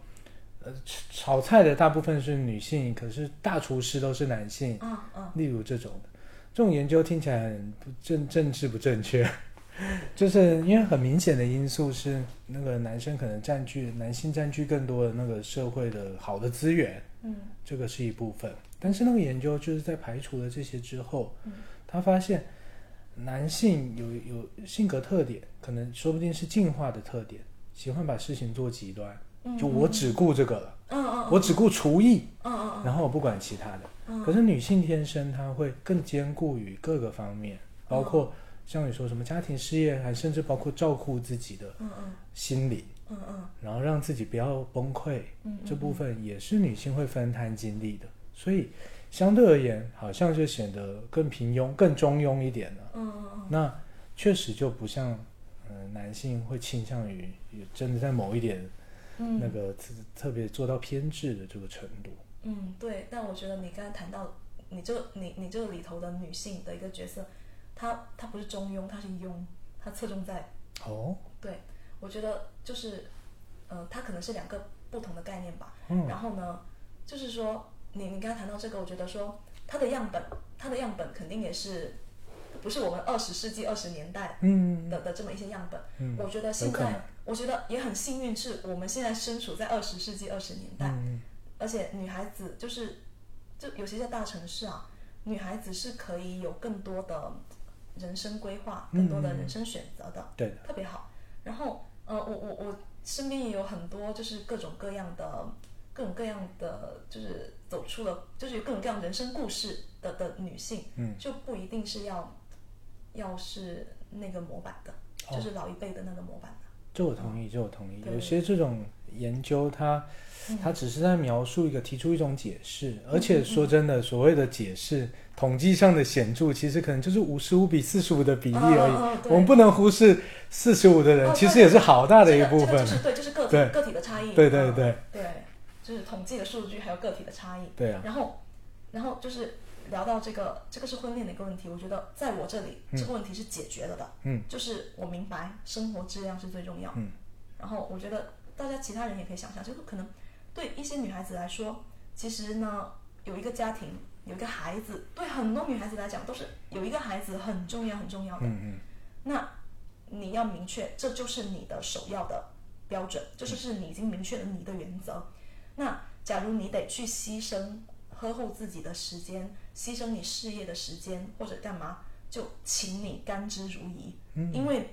Speaker 1: 呃，炒炒菜的大部分是女性，可是大厨师都是男性，
Speaker 2: 啊啊
Speaker 1: 例如这种的。这种研究听起来很不政政治不正确， 就是因为很明显的因素是那个男生可能占据男性占据更多的那个社会的好的资源，
Speaker 2: 嗯
Speaker 1: 这个是一部分。但是那个研究就是在排除了这些之后，
Speaker 2: 嗯
Speaker 1: 他发现男性有有性格特点，可能说不定是进化的特点，喜欢把事情做极端，
Speaker 2: 嗯，
Speaker 1: 就我只顾这个了，
Speaker 2: 嗯嗯
Speaker 1: 我只顾厨艺，
Speaker 2: 嗯嗯
Speaker 1: 然后我不管其他的。
Speaker 2: 嗯，
Speaker 1: 可是女性天生她会更兼顾于各个方面，包括
Speaker 2: 嗯
Speaker 1: 像你说什么家庭事业，还甚至包括照顾自己的
Speaker 2: 嗯嗯
Speaker 1: 心理，
Speaker 2: 嗯嗯
Speaker 1: 然后让自己不要崩溃，
Speaker 2: 嗯
Speaker 1: 这部分也是女性会分摊精力的，所以相对而言，好像就显得更平庸、更中庸一点了。
Speaker 2: 嗯嗯
Speaker 1: 那确实就不像，嗯、男性会倾向于也真的在某一点
Speaker 2: 嗯
Speaker 1: 那个特特别做到偏执的这个程度。
Speaker 2: 嗯，对，但我觉得你刚才谈到，你就你你这个里头的女性的一个角色，她她不是中庸，她是庸，她侧重在，
Speaker 1: 哦，
Speaker 2: 对我觉得就是，呃，它可能是两个不同的概念吧。
Speaker 1: 嗯
Speaker 2: 然后呢，就是说你你刚才谈到这个，我觉得说它的样本，它的样本肯定也是，不是我们二十世纪二十年代
Speaker 1: 嗯，
Speaker 2: 的的这么一些样本。
Speaker 1: 嗯
Speaker 2: 我觉得
Speaker 1: 有
Speaker 2: 现
Speaker 1: 可能
Speaker 2: 在，我觉得也很幸运，是我们现在身处在二十世纪二十年代。
Speaker 1: 嗯
Speaker 2: 而且女孩子就是，就尤其在大城市啊，女孩子是可以有更多的人生规划，
Speaker 1: 嗯
Speaker 2: 更多的人生选择的，
Speaker 1: 对的，
Speaker 2: 特别好。然后，呃，我我我身边也有很多就是各种各样的、各种各样的，就是走出了，就是有各种各样人生故事的的女性，
Speaker 1: 嗯
Speaker 2: 就不一定是要要是那个模板的，
Speaker 1: 哦
Speaker 2: 就是老一辈的那个模板的。
Speaker 1: 这我同意，这我同意。
Speaker 2: 对
Speaker 1: 有些这种研究它，它
Speaker 2: 嗯
Speaker 1: 只是在描述一个，提出一种解释，而且
Speaker 2: 嗯
Speaker 1: 说真的，所谓的解释，统计上的显著，其实可能就是五十五比四十五的比例而已。
Speaker 2: 嗯嗯嗯对
Speaker 1: 我们不能忽视四十五的人，
Speaker 2: 哦
Speaker 1: 其实也是好大的一部
Speaker 2: 这个
Speaker 1: 分。
Speaker 2: 这个就是对，就是个
Speaker 1: 对
Speaker 2: 体个体的差异。
Speaker 1: 对对
Speaker 2: 嗯
Speaker 1: 对
Speaker 2: 对，就是统计的数据还有个体的差异。
Speaker 1: 对啊，
Speaker 2: 然后，然后就是聊到这个，这个是婚恋的一个问题。我觉得在我这里，
Speaker 1: 嗯
Speaker 2: 这个问题是解决了的。
Speaker 1: 嗯，
Speaker 2: 就是我明白生活质量是最重要。
Speaker 1: 嗯，
Speaker 2: 然后我觉得大家其他人也可以想象，就是可能对一些女孩子来说，其实呢有一个家庭，有一个孩子，对很多女孩子来讲都是有一个孩子很重要很重要的。
Speaker 1: 嗯嗯，
Speaker 2: 那你要明确，这就是你的首要的标准，就是是你已经明确了你的原则。那假如你得去牺牲呵护自己的时间，牺牲你事业的时间或者干嘛，就请你甘之如饴，因为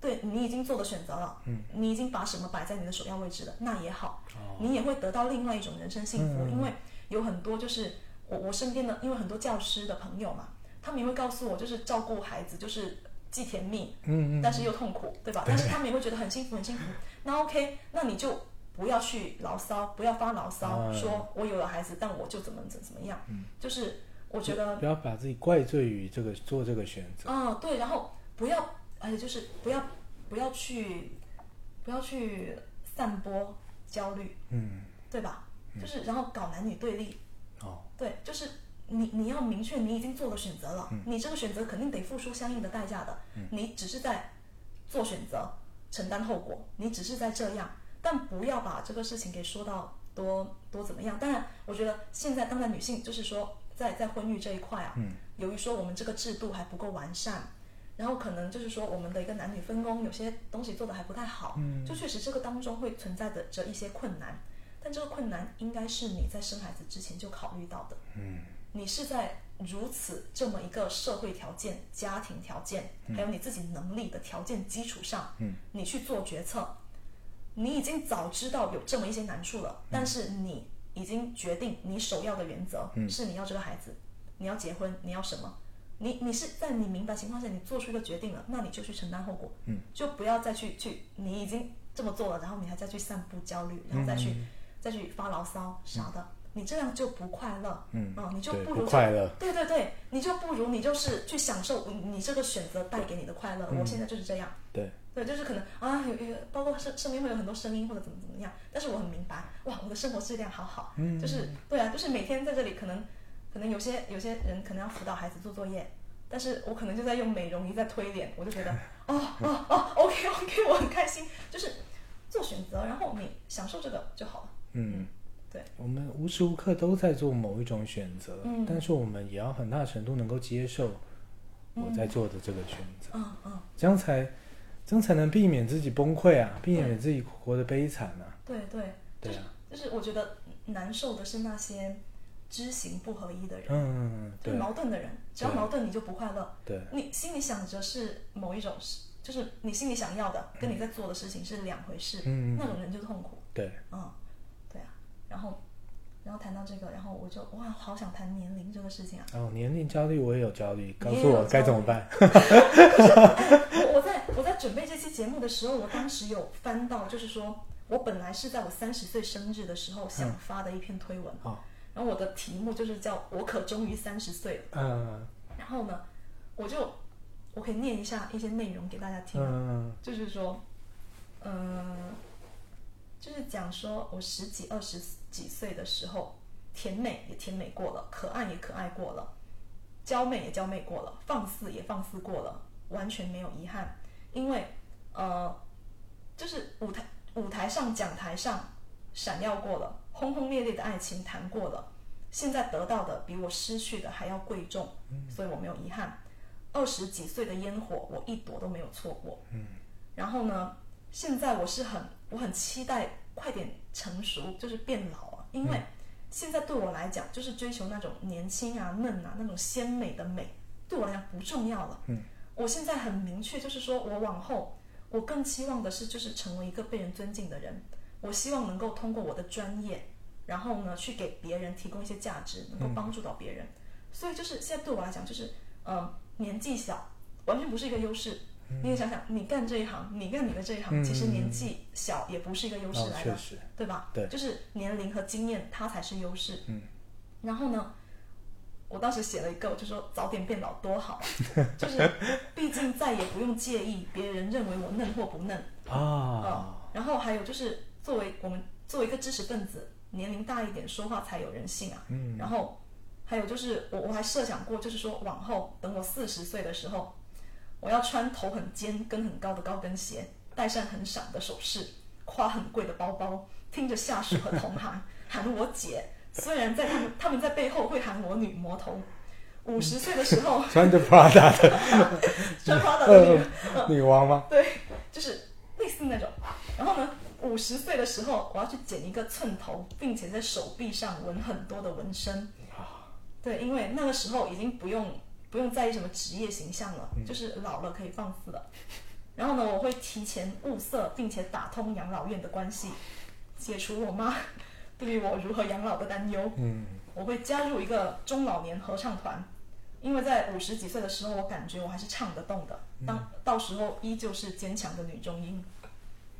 Speaker 2: 对你已经做了选择了，你已经把什么摆在你的首要位置了，那也好，你也会得到另外一种人生幸福，因为有很多就是我我身边的，因为很多教师的朋友嘛，他们也会告诉我，就是照顾孩子就是既甜蜜，
Speaker 1: 嗯嗯，
Speaker 2: 但是又痛苦，对吧？但是他们也会觉得很幸福，很幸福。那 OK，那你就不要去牢骚，不要发牢骚，
Speaker 1: 嗯
Speaker 2: 说我有了孩子，但我就怎么怎么怎么样，就是我觉得
Speaker 1: 不要把自己怪罪于这个做这个选择。
Speaker 2: 嗯，对，然后不要，而且就是不要不要去不要去散播焦虑，
Speaker 1: 嗯，
Speaker 2: 对吧？就是然后搞男女对立，
Speaker 1: 哦，
Speaker 2: 对，就是你你要明确你已经做了选择了，你这个选择肯定得付出相应的代价的，你只是在做选择，承担后果，你只是在这样，但不要把这个事情给说到多多怎么样。当然，我觉得现在当代女性就是说在在婚育这一块啊，由于说我们这个制度还不够完善。然后可能就是说，我们的一个男女分工，有些东西做的还不太好，就确实这个当中会存在着着一些困难。但这个困难应该是你在生孩子之前就考虑到的。
Speaker 1: 嗯，
Speaker 2: 你是在如此这么一个社会条件、家庭条件，还有你自己能力的条件基础上，嗯，你去做决策。你已经早知道有这么一些难处
Speaker 1: 嗯
Speaker 2: 了，但是你已经决定你首要的原则
Speaker 1: 嗯
Speaker 2: 是你要这个孩子，你要结婚，你要什么。你你是在你明白情况下，你做出一个决定了，那你就去承担后果，嗯，就不要再去去，你已经这么做了，然后你还再去散布焦虑，然后再去、
Speaker 1: 嗯
Speaker 2: 再去发牢骚啥的，你这样就不快乐，嗯，啊、你就
Speaker 1: 对
Speaker 2: 不
Speaker 1: 不
Speaker 2: 如
Speaker 1: 快乐
Speaker 2: 对对对，你就不如你就是去享受你你这个选择带给你的快乐。
Speaker 1: 嗯
Speaker 2: 我现在就是这样，
Speaker 1: 对，
Speaker 2: 对，就是可能啊，有有，包括身身边会有很多声音或者怎么怎么样，但是我很明白，哇，我的生活质量好好，
Speaker 1: 嗯
Speaker 2: 就是对啊，就是每天在这里可能可能有些有些人可能要辅导孩子做作业，但是我可能就在用美容仪在推脸，我 就觉得哦哦哦，OK OK，我很开心，就是做选择，然后你享受这个就好了，
Speaker 1: 嗯，
Speaker 2: 对，
Speaker 1: 我们无时无刻都在做某一种选择，
Speaker 2: 嗯
Speaker 1: 但是我们也要很大程度能够接受我在做的这个选择，
Speaker 2: 嗯嗯，
Speaker 1: 这样才这样才能避免自己崩溃啊，避免自己活得悲惨啊。
Speaker 2: 对对，就
Speaker 1: 对
Speaker 2: 是
Speaker 1: 啊，
Speaker 2: 就是我觉得难受的是那些知行不合一的人，
Speaker 1: 嗯，
Speaker 2: 就
Speaker 1: 对
Speaker 2: 是，矛盾的人，只要
Speaker 1: 对
Speaker 2: 矛盾你就不快乐。
Speaker 1: 对，
Speaker 2: 你心里想着是某一种事，就是你心里想要的，跟你在做的事情是两回事。
Speaker 1: 嗯
Speaker 2: 那种人就痛苦。
Speaker 1: 对，
Speaker 2: 嗯，对啊。然后，然后谈到这个，然后我就哇，好想谈年龄这个事 情啊。
Speaker 1: 哦，年龄焦虑我也有焦虑，告
Speaker 2: 也
Speaker 1: 诉
Speaker 2: 有
Speaker 1: 我该
Speaker 2: 焦
Speaker 1: 怎么
Speaker 2: 虑
Speaker 1: 办？
Speaker 2: 我我在我在准备这期节目的时候，我当时有翻到，就是说我本来是在我三十岁生日的时候想发的一篇推文，
Speaker 1: 哦，
Speaker 2: 然后我的题目就是叫“我可终于三十岁了
Speaker 1: 嗯”。
Speaker 2: 然后呢，我就我可以念一下一些内容给大家听啊。
Speaker 1: 嗯
Speaker 2: 就是说，嗯，就是讲说我十几、二十几岁的时候，甜美也甜美过了，可爱也可爱过了，娇媚也娇媚过了，放肆也放肆过了，完全没有遗憾，因为呃，就是舞台舞台上、讲台上闪耀过了，轰轰烈烈的爱情谈过了。现在得到的比我失去的还要贵重，所以我没有遗憾。二十几岁的烟火，我一朵都没有错过。然后呢，现在我是很我很期待快点成熟，就是变老啊，因为现在对我来讲，就是追求那种年轻啊、嫩啊、那种鲜美的美，对我来讲不重要了。嗯，我现在很明确，就是说我往后，我更期望的是，就是成为一个被人尊敬的人。我希望能够通过我的专业，然后呢，去给别人提供一些价值，能够帮助到别人。所以就是现在对我来讲，就是嗯、呃年纪小完全不是一个优势。你也想想，你干这一行，你干你的这一行，
Speaker 1: 嗯
Speaker 2: 其实年纪小也不是一个优势
Speaker 1: 哦
Speaker 2: 来的，
Speaker 1: 确实
Speaker 2: 对吧？
Speaker 1: 对
Speaker 2: 就是年龄和经验，它才是优势。嗯，然后呢，我当时写了一个，我就说早点变老多好，啊就是毕竟再也不用介意别人认为我嫩或不嫩，
Speaker 1: 啊
Speaker 2: 嗯哦，，然后还有就是，作为我们作为一个知识分子，年龄大一点说话才有人性啊。嗯。然后还有就是，我我还设想过，就是说往后等我四十岁的时候，我要穿头很尖、跟很高的高跟鞋，戴上很闪的首饰，挎很贵的包包，听着下属和同行喊我姐，虽然在他们他们在背后会喊我女魔头。五十岁的时候
Speaker 1: 穿着 Prada 的
Speaker 2: 穿 Prada 的女人
Speaker 1: 呃女王吗？
Speaker 2: 对，就是类似那种。然后呢，五十岁的时候，我要去剪一个寸头，并且在手臂上纹很多的纹身。对，因为那个时候已经不用不用在意什么职业形象了，就是老了可以放肆了。然后呢，我会提前物色，并且打通养老院的关系，解除我妈对于我如何养老的担忧。
Speaker 1: 嗯，
Speaker 2: 我会加入一个中老年合唱团，因为在五十几岁的时候，我感觉我还是唱得动的，
Speaker 1: 嗯
Speaker 2: 当到时候依旧是坚强的女中音。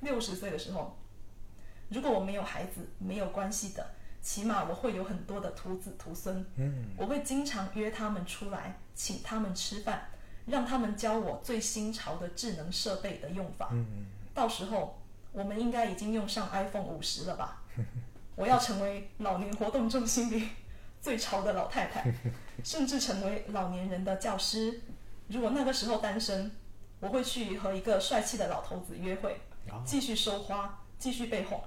Speaker 2: 六十岁的时候，如果我没有孩子，没有关系的，起码我会有很多的徒子徒孙。
Speaker 1: 嗯，
Speaker 2: 我会经常约他们出来，请他们吃饭，让他们教我最新潮的智能设备的用法。
Speaker 1: 嗯，
Speaker 2: 到时候我们应该已经用上 iPhone 五十 了吧？我要成为老年活动中心里最潮的老太太，甚至成为老年人的教师。如果那个时候单身，我会去和一个帅气的老头子约会，
Speaker 1: 然后
Speaker 2: 继续收花，继续被哄，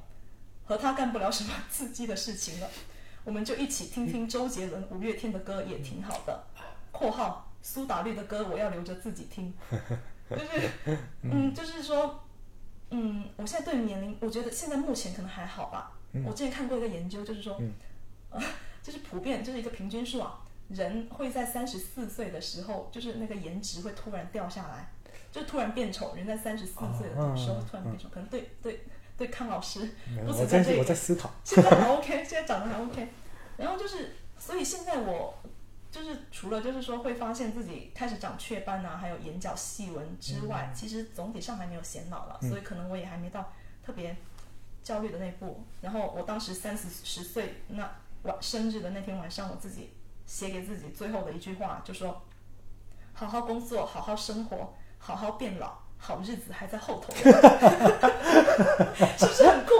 Speaker 2: 和他干不了什么刺激的事情了。 我们就一起听听周杰伦、五月天的歌也挺好的。（括号苏打绿的歌我要留着自己听。）就是，嗯，就是说，嗯，我现在对年龄，我觉得现在目前可能还好吧。我之前看过一个研究，就是说，呃， 就是普遍就是一个平均数啊，人会在三十四岁的时候，就是那个颜值会突然掉下来，就突然变丑。人在三十四岁的时候
Speaker 1: 哦
Speaker 2: 突然变丑，可能对对对康老师
Speaker 1: 没有嗯
Speaker 2: 不
Speaker 1: 我
Speaker 2: 止
Speaker 1: 在
Speaker 2: 在这
Speaker 1: 我
Speaker 2: 个
Speaker 1: 在思考，
Speaker 2: 现在还 OK，现在长得还 OK。然后就是，所以现在我就是除了就是说会发现自己开始长雀斑啊，还有眼角细纹之外，其实总体上还没有显老了，所以可能我也还没到特别焦虑的那一步。然后我当时三十十岁那晚生日的那天晚上，我自己写给自己最后的一句话，就说：好好工作，好好生活，好好变老。好日子还在后头， 是不是很酷？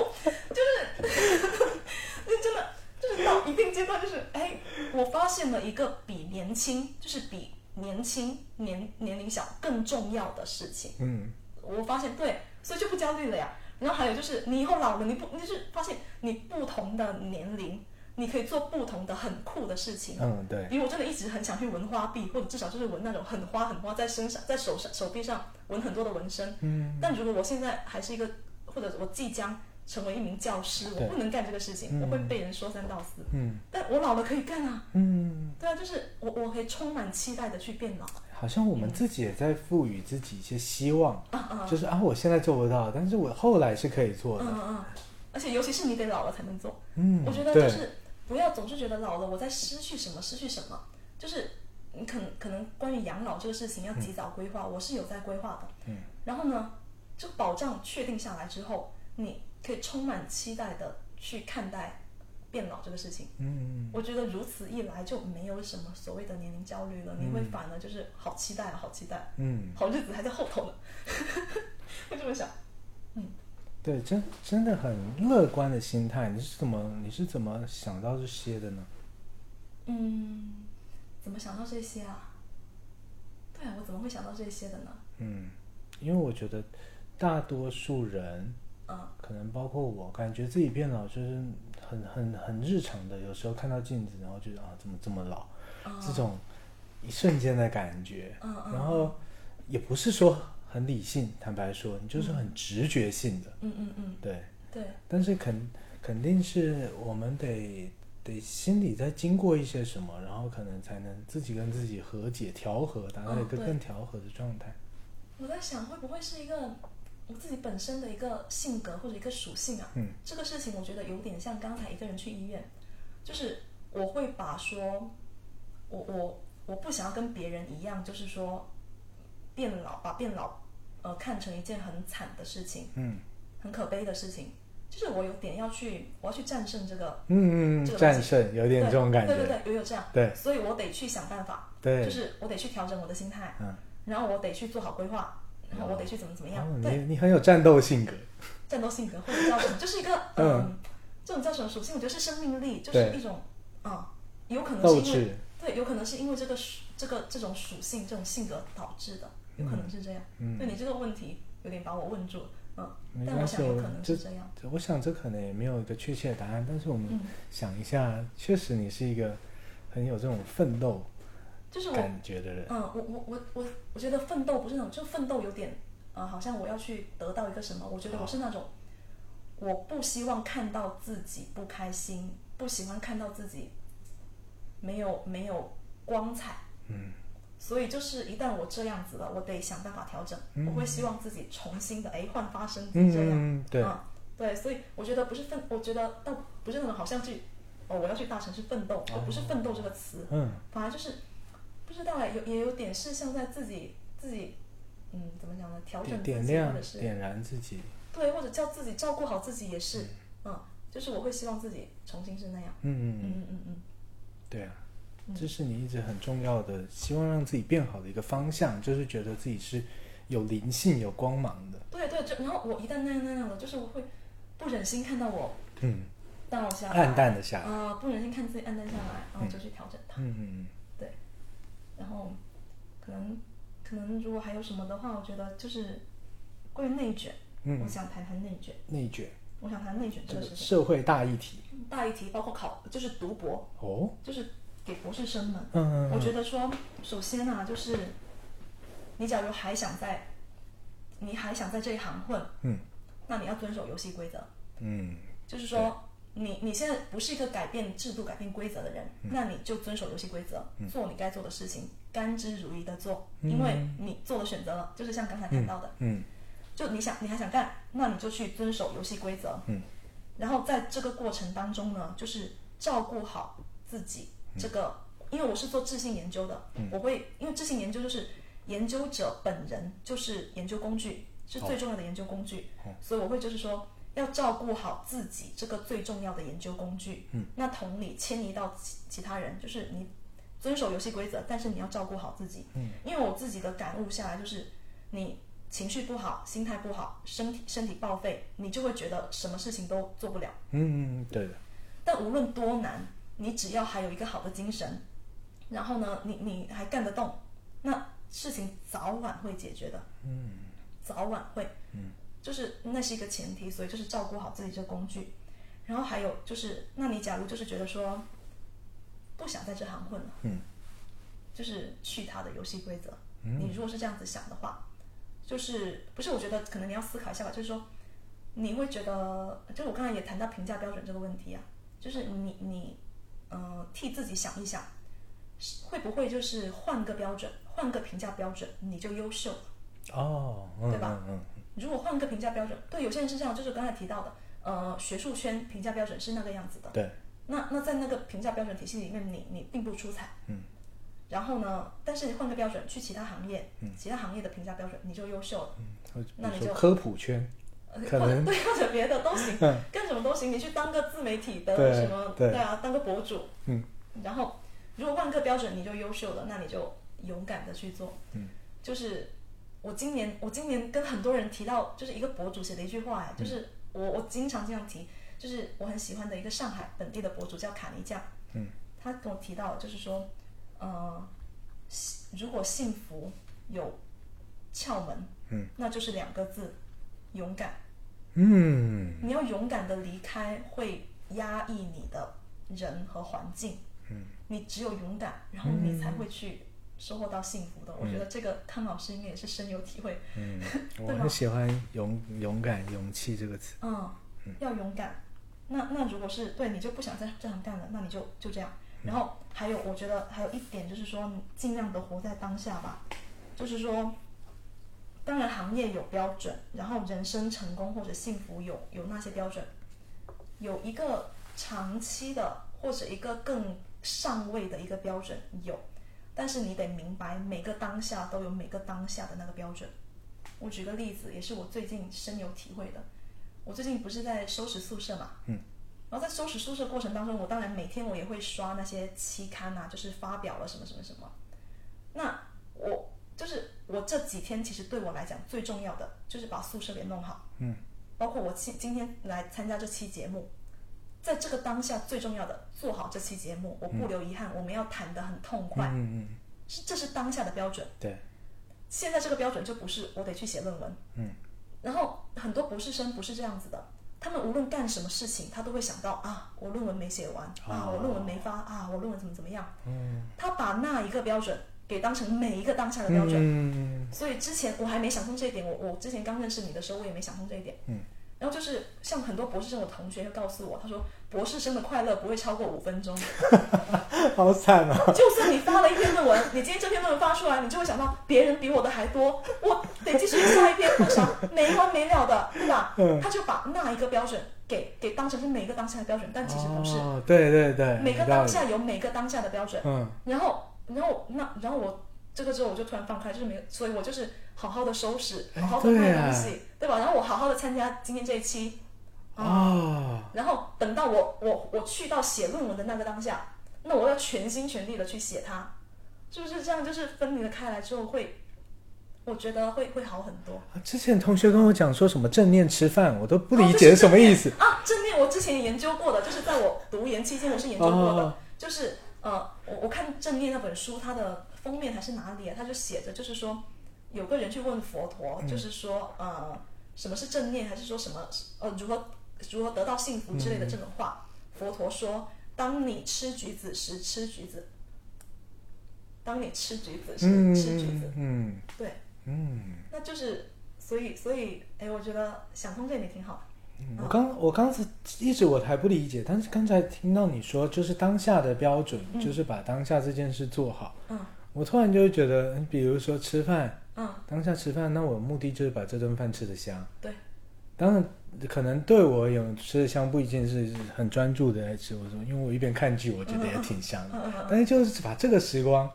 Speaker 2: 那真的就是到一定阶段，就是哎，我发现了一个比年轻，就是比年轻年年龄小更重要的事情。
Speaker 1: 嗯，
Speaker 2: 我发现对，所以就不焦虑了呀。然后还有就是，你以后老了，你不，你就是发现你不同的年龄，你可以做不同的很酷的事情。
Speaker 1: 嗯，对，
Speaker 2: 因为我真的一直很想去纹花臂，或者至少就是纹那种很花很花，在身上、在手上、手臂上纹很多的纹身。
Speaker 1: 嗯，
Speaker 2: 但如果我现在还是一个，或者我即将成为一名教师，我
Speaker 1: 对
Speaker 2: 不能干这个事情，我会被人说三道四。
Speaker 1: 嗯
Speaker 2: 但我老了可以干啊，
Speaker 1: 嗯，
Speaker 2: 对啊，就是我我可以充满期待的去变老。
Speaker 1: 好像我
Speaker 2: 嗯
Speaker 1: 们自己也在赋予自己一些希望，
Speaker 2: 啊啊
Speaker 1: 就是啊，我现在做不到，但是我后来是可以做
Speaker 2: 嗯
Speaker 1: 的，
Speaker 2: 嗯嗯，而且尤其是你得老了才能做。
Speaker 1: 嗯，
Speaker 2: 我觉得
Speaker 1: 对
Speaker 2: 就是不要总是觉得老了我在失去什么失去什么，就是你可能可能关于养老这个事情要及早规划，我是有在规划的。
Speaker 1: 嗯，
Speaker 2: 然后呢，这个保障确定下来之后，你可以充满期待的去看待变老这个事情。
Speaker 1: 嗯，
Speaker 2: 我觉得如此一来就没有什么所谓的年龄焦虑了，你会反而就是好期待啊，好期待，
Speaker 1: 嗯，
Speaker 2: 好日子还在后头呢， 会这么想。
Speaker 1: 对，真真的很乐观的心态，你是怎么你是怎么想到这些的呢？
Speaker 2: 嗯，怎么想到这些啊？对啊，我怎么会想到这些的呢？
Speaker 1: 嗯，因为我觉得大多数人，
Speaker 2: 嗯
Speaker 1: 可能包括我，感觉自己变老就是很很很日常的，有时候看到镜子，然后觉得啊，怎么这么老，
Speaker 2: 嗯
Speaker 1: 这种一瞬间的感觉，
Speaker 2: 嗯嗯
Speaker 1: 然后也不是说很理性，坦白说，你就是很直觉性的，
Speaker 2: 嗯嗯嗯，
Speaker 1: 对，
Speaker 2: 对，
Speaker 1: 但是肯肯定是我们得得心里再经过一些什么，然后可能才能自己跟自己和解、调和，达到一
Speaker 2: 嗯
Speaker 1: 个
Speaker 2: 对
Speaker 1: 更调和的状态。
Speaker 2: 我在想会不会是一个我自己本身的一个性格或者一个属性啊？
Speaker 1: 嗯
Speaker 2: 这个事情我觉得有点像刚才一个人去医院，就是我会把说，我我我不想要跟别人一样，就是说变老，把变老呃看成一件很惨的事情，
Speaker 1: 嗯
Speaker 2: 很可悲的事情。就是我有点要去，我要去战胜这个，
Speaker 1: 嗯嗯，
Speaker 2: 这个
Speaker 1: 战胜有点这种感觉，
Speaker 2: 对对对，有有这样，
Speaker 1: 对
Speaker 2: 所以我得去想办法，
Speaker 1: 对
Speaker 2: 就是我得去调整我的心态，
Speaker 1: 嗯，
Speaker 2: 然后我得去做好规划，然后我得去怎么怎么样，
Speaker 1: 哦
Speaker 2: 对，
Speaker 1: 你你很有战斗性格，
Speaker 2: 战斗性格或者叫什么，就是一个嗯
Speaker 1: 嗯
Speaker 2: 这种叫什么属性？我觉得是生命力，就
Speaker 1: 对
Speaker 2: 是一种啊、有可能
Speaker 1: 斗
Speaker 2: 是因为
Speaker 1: 志，
Speaker 2: 对，有可能是因为这个属这个这种属性这种性格导致的，有可能是这样。
Speaker 1: 嗯
Speaker 2: 对你这个问题有点把我问住了，嗯，
Speaker 1: 没
Speaker 2: 但我
Speaker 1: 关系，
Speaker 2: 想有
Speaker 1: 我
Speaker 2: 可能
Speaker 1: 这
Speaker 2: 是这样，
Speaker 1: 我想这可能也没有一个确切的答案，但是我们
Speaker 2: 嗯
Speaker 1: 想一下，确实你是一个很有这种奋斗
Speaker 2: 就是我
Speaker 1: 感觉的人，
Speaker 2: 嗯，我我我我我觉得奋斗不是那种，就奋斗有点，呃，好像我要去得到一个什么，我觉得我是那种，我不希望看到自己不开心，不喜欢看到自己没有没有光彩，
Speaker 1: 嗯
Speaker 2: 所以就是一旦我这样子了，我得想办法调整，我会希望自己重新的哎焕发生机这样。
Speaker 1: 嗯，对，
Speaker 2: 嗯，对，所以我觉得不是奋，我觉得倒不是那种好像去，哦，我要去大城市奋斗，我不是奋斗这个词，
Speaker 1: 嗯
Speaker 2: 反而就是不知道哎，有也有点是像在自己自己，嗯，怎么讲呢？调整
Speaker 1: 点点
Speaker 2: 自己，
Speaker 1: 亮
Speaker 2: 或者是
Speaker 1: 点燃自己，
Speaker 2: 对，或者叫自己照顾好自己也是。嗯，就是我会希望自己重新是那样。
Speaker 1: 嗯，
Speaker 2: 嗯嗯嗯
Speaker 1: 对啊，
Speaker 2: 嗯
Speaker 1: 这是你一直很重要的，希望让自己变好的一个方向，就是觉得自己是有灵性、有光芒的
Speaker 2: 嗯，。对对，就然后我一旦那样那样的，就是我会不忍心看到我
Speaker 1: 嗯，
Speaker 2: 倒下来，
Speaker 1: 暗淡的下来。
Speaker 2: 啊、不忍心看自己暗淡下来，然后
Speaker 1: 嗯
Speaker 2: 就去调整它。
Speaker 1: 嗯
Speaker 2: 然后可能可能如果还有什么的话，我觉得就是关于内卷，
Speaker 1: 嗯
Speaker 2: 我，想谈谈内卷，
Speaker 1: 内卷
Speaker 2: 我想谈内卷这
Speaker 1: 这
Speaker 2: 个
Speaker 1: 个
Speaker 2: 事情。
Speaker 1: 社会大议题。
Speaker 2: 大议题包括考，就是读博，
Speaker 1: 哦，
Speaker 2: 就是给博士生们。
Speaker 1: 嗯，
Speaker 2: 我觉得说，首先啊，就是你假如还想在，你还想在这一行混，
Speaker 1: 嗯
Speaker 2: 那你要遵守游戏规则。
Speaker 1: 嗯
Speaker 2: 就是说，你你现在不是一个改变制度、改变规则的人，那你就遵守游戏规则，做你该做的事情，甘之如饴的做，因为你做了选择了，就是像刚才谈到的，
Speaker 1: 嗯
Speaker 2: 就你想你还想干，那你就去遵守游戏规则，
Speaker 1: 嗯
Speaker 2: 然后在这个过程当中呢，就是照顾好自己这个，因为我是做质性研究的，我会因为质性研究就是研究者本人就是研究工具，是最重要的研究工具，所以我会就是说要照顾好自己这个最重要的研究工具。嗯，那同理迁移到其其他人，就是你遵守游戏规则，但是你要照顾好自己。嗯，因为我自己的感悟下来就是你。情绪不好，心态不好，身体身体报废，你就会觉得什么事情都做不了。
Speaker 1: 嗯，对的，
Speaker 2: 但无论多难，你只要还有一个好的精神，然后呢，你你还干得动，那事情早晚会解决的。嗯，早晚会。嗯，就是那是一个前提，所以就是照顾好自己这个工具。然后还有就是，那你假如就是觉得说不想在这行混了，
Speaker 1: 嗯，
Speaker 2: 就是去他的游戏规则。你如果是这样子想的话，就是不是？我觉得可能你要思考一下吧，就是说你会觉得，就是我刚才也谈到评价标准这个问题啊，就是你你呃替自己想一想，是会不会就是换个标准，换个评价标准你就优秀了？
Speaker 1: 哦，嗯嗯
Speaker 2: 如果换个评价标准，对有些人是这样，就是刚才提到的，呃，学术圈评价标准是那个样子的
Speaker 1: 嗯，，对，
Speaker 2: 那那在那个评价标准体系里面，你你并不出彩，
Speaker 1: 嗯，
Speaker 2: 然后呢，但是换个标准去其他行业，其他行业的评价标准你就优秀了，
Speaker 1: 比如说嗯科普圈，
Speaker 2: 呃
Speaker 1: 可
Speaker 2: 或者
Speaker 1: 能
Speaker 2: 对或者别的都行，
Speaker 1: 嗯
Speaker 2: 干什么都行，你去当个自媒体的
Speaker 1: 对
Speaker 2: 什么，
Speaker 1: 对
Speaker 2: 啊，当个博主，
Speaker 1: 嗯，
Speaker 2: 然后如果换个标准你就优秀了，那你就勇敢的去做，
Speaker 1: 嗯，
Speaker 2: 就是我今年我今年跟很多人提到，就是一个博主写的一句话，哎，
Speaker 1: 嗯
Speaker 2: 就是我我经常这样提，就是我很喜欢的一个上海本地的博主叫卡尼酱，
Speaker 1: 嗯，
Speaker 2: 他跟我提到就是说，呃，如果幸福有窍门，
Speaker 1: 嗯，
Speaker 2: 那就是两个字，勇敢。
Speaker 1: 嗯
Speaker 2: 你要勇敢的离开会压抑你的人和环境。
Speaker 1: 嗯，
Speaker 2: 你只有勇敢，然后你才会去收获到幸福的。我觉得这个康老师应该也是深有体会。
Speaker 1: 嗯，我很喜欢勇勇敢、勇气这个词。
Speaker 2: 嗯，要勇敢。那那如果是对你就不想在这行干了，那你就就这样。然后还有，我觉得还有一点就是说，你尽量的活在当下吧。就是说，当然行业有标准，然后人生成功或者幸福有有那些标准，有一个长期的或者一个更上位的一个标准有，但是你得明白每个当下都有每个当下的那个标准。我举个例子，也是我最近深有体会的。我最近不是在收拾宿舍嘛，
Speaker 1: 嗯，
Speaker 2: 然后在收拾宿舍过程当中，我当然每天我也会刷那些期刊啊，就是发表了什么什么什么。那我就是我这几天其实对我来讲最重要的就是把宿舍给弄好，
Speaker 1: 嗯，
Speaker 2: 包括我今今天来参加这期节目，在这个当下最重要的做好这期节目，我不留遗憾，我们要谈得很痛快，
Speaker 1: 嗯嗯，
Speaker 2: 是这是当下的标准。
Speaker 1: 对，
Speaker 2: 现在这个标准就不是我得去写论文，
Speaker 1: 嗯，
Speaker 2: 然后很多博士生不是这样子的，他们无论干什么事情，他都会想到啊，我论文没写完啊，
Speaker 1: 哦
Speaker 2: 我论文没发啊，我论文怎么怎么样，
Speaker 1: 嗯
Speaker 2: 他把那一个标准给当成每一个当下的标准，
Speaker 1: 嗯
Speaker 2: 所以之前我还没想通这一点，我我之前刚认识你的时候，我也没想通这一点。
Speaker 1: 嗯。
Speaker 2: 然后就是像很多博士生，我同学会告诉我，他说博士生的快乐不会超过五分钟，
Speaker 1: 好惨啊！
Speaker 2: 就算你发了一篇论文， 你今天这篇论文发出来，你就会想到别人比我的还多，我得继续下一篇多少，没完没了的，对吧？
Speaker 1: 嗯
Speaker 2: 他就把那一个标准给给当成是每一个当下的标准，但其实不是，
Speaker 1: 哦，对对对，
Speaker 2: 每个
Speaker 1: 有道
Speaker 2: 当
Speaker 1: 理
Speaker 2: 下有每个当下的标准。
Speaker 1: 嗯
Speaker 2: 然后，然后那，然后我这个之后我就突然放开，就是没有，所以我就是好好的收拾，
Speaker 1: 哎
Speaker 2: 好好的卖
Speaker 1: 对啊
Speaker 2: 东西，对吧？然后我好好的参加今天这一期，
Speaker 1: 哦，
Speaker 2: 然后等到我我我去到写论文的那个当下，那我要全心全力的去写它，是不是这样？就是分离的开来之后会，我觉得会会好很多。
Speaker 1: 之前同学跟我讲说什么正念吃饭，我都不理解什么意思。
Speaker 2: 啊，哦正念我之前研究过的，就是在我读研期间我是研究过的，
Speaker 1: 哦
Speaker 2: 就是呃，我我看正念那本书，它的封面还是哪里啊？它就写着，就是说有个人去问
Speaker 1: 嗯
Speaker 2: 佛陀，就是说呃，什么是正念，还是说什么呃如何如何得到幸福之类的
Speaker 1: 嗯
Speaker 2: 这种话，佛陀说，当你吃橘子时吃橘子，当你吃橘子时、
Speaker 1: 嗯
Speaker 2: 吃橘子，
Speaker 1: 嗯
Speaker 2: 对，
Speaker 1: 嗯，
Speaker 2: 那就是所以所以哎，我觉得想通这一点挺好。
Speaker 1: 嗯我刚我刚才一直我还不理解，但是刚才听到你说就是当下的标准，
Speaker 2: 嗯
Speaker 1: 就是把当下这件事做好。
Speaker 2: 嗯
Speaker 1: 我突然就会觉得，嗯比如说吃饭，
Speaker 2: 嗯，
Speaker 1: 当下吃饭，那我目的就是把这顿饭吃得香。
Speaker 2: 对。
Speaker 1: 当然，可能对我有吃得香不一定是很专注的来吃，我说，因为我一边看剧，我觉得也挺香的。
Speaker 2: 嗯嗯嗯
Speaker 1: 但是就是把这个时光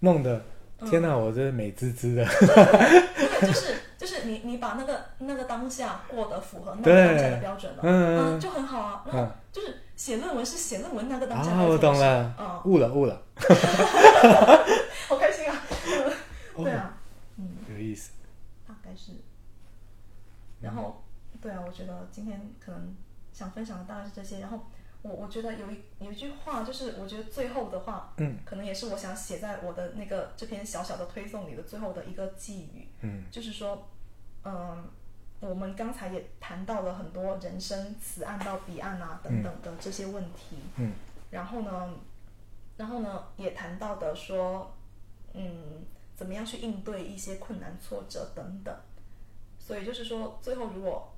Speaker 1: 弄得，
Speaker 2: 嗯
Speaker 1: 天哪，我这美滋滋的。
Speaker 2: 对， 就是就是你你把那个那个当下过得符合那
Speaker 1: 对
Speaker 2: 个当下的标准了，
Speaker 1: 嗯
Speaker 2: 就很好啊。然后
Speaker 1: 嗯
Speaker 2: 就是写论文是写论文那个当下
Speaker 1: 啊，
Speaker 2: 该
Speaker 1: 我
Speaker 2: 做的
Speaker 1: 懂
Speaker 2: 事，
Speaker 1: 了，
Speaker 2: 嗯，
Speaker 1: 悟了悟了，
Speaker 2: 好开心啊。
Speaker 1: 哦
Speaker 2: 对啊，
Speaker 1: 有意思。
Speaker 2: 大概是。然后，对啊，我觉得今天可能想分享的大概是这些。然后我我觉得有一有一句话，就是我觉得最后的话，
Speaker 1: 嗯，
Speaker 2: 可能也是我想写在我的那个这篇小小的推送里的最后的一个寄语，
Speaker 1: 嗯，
Speaker 2: 就是说，嗯，我们刚才也谈到了很多人生此岸到彼岸啊等等的这些问题，
Speaker 1: 嗯，
Speaker 2: 然后呢，然后呢也谈到的说，嗯，怎么样去应对一些困难、挫折等等。所以就是说，最后如果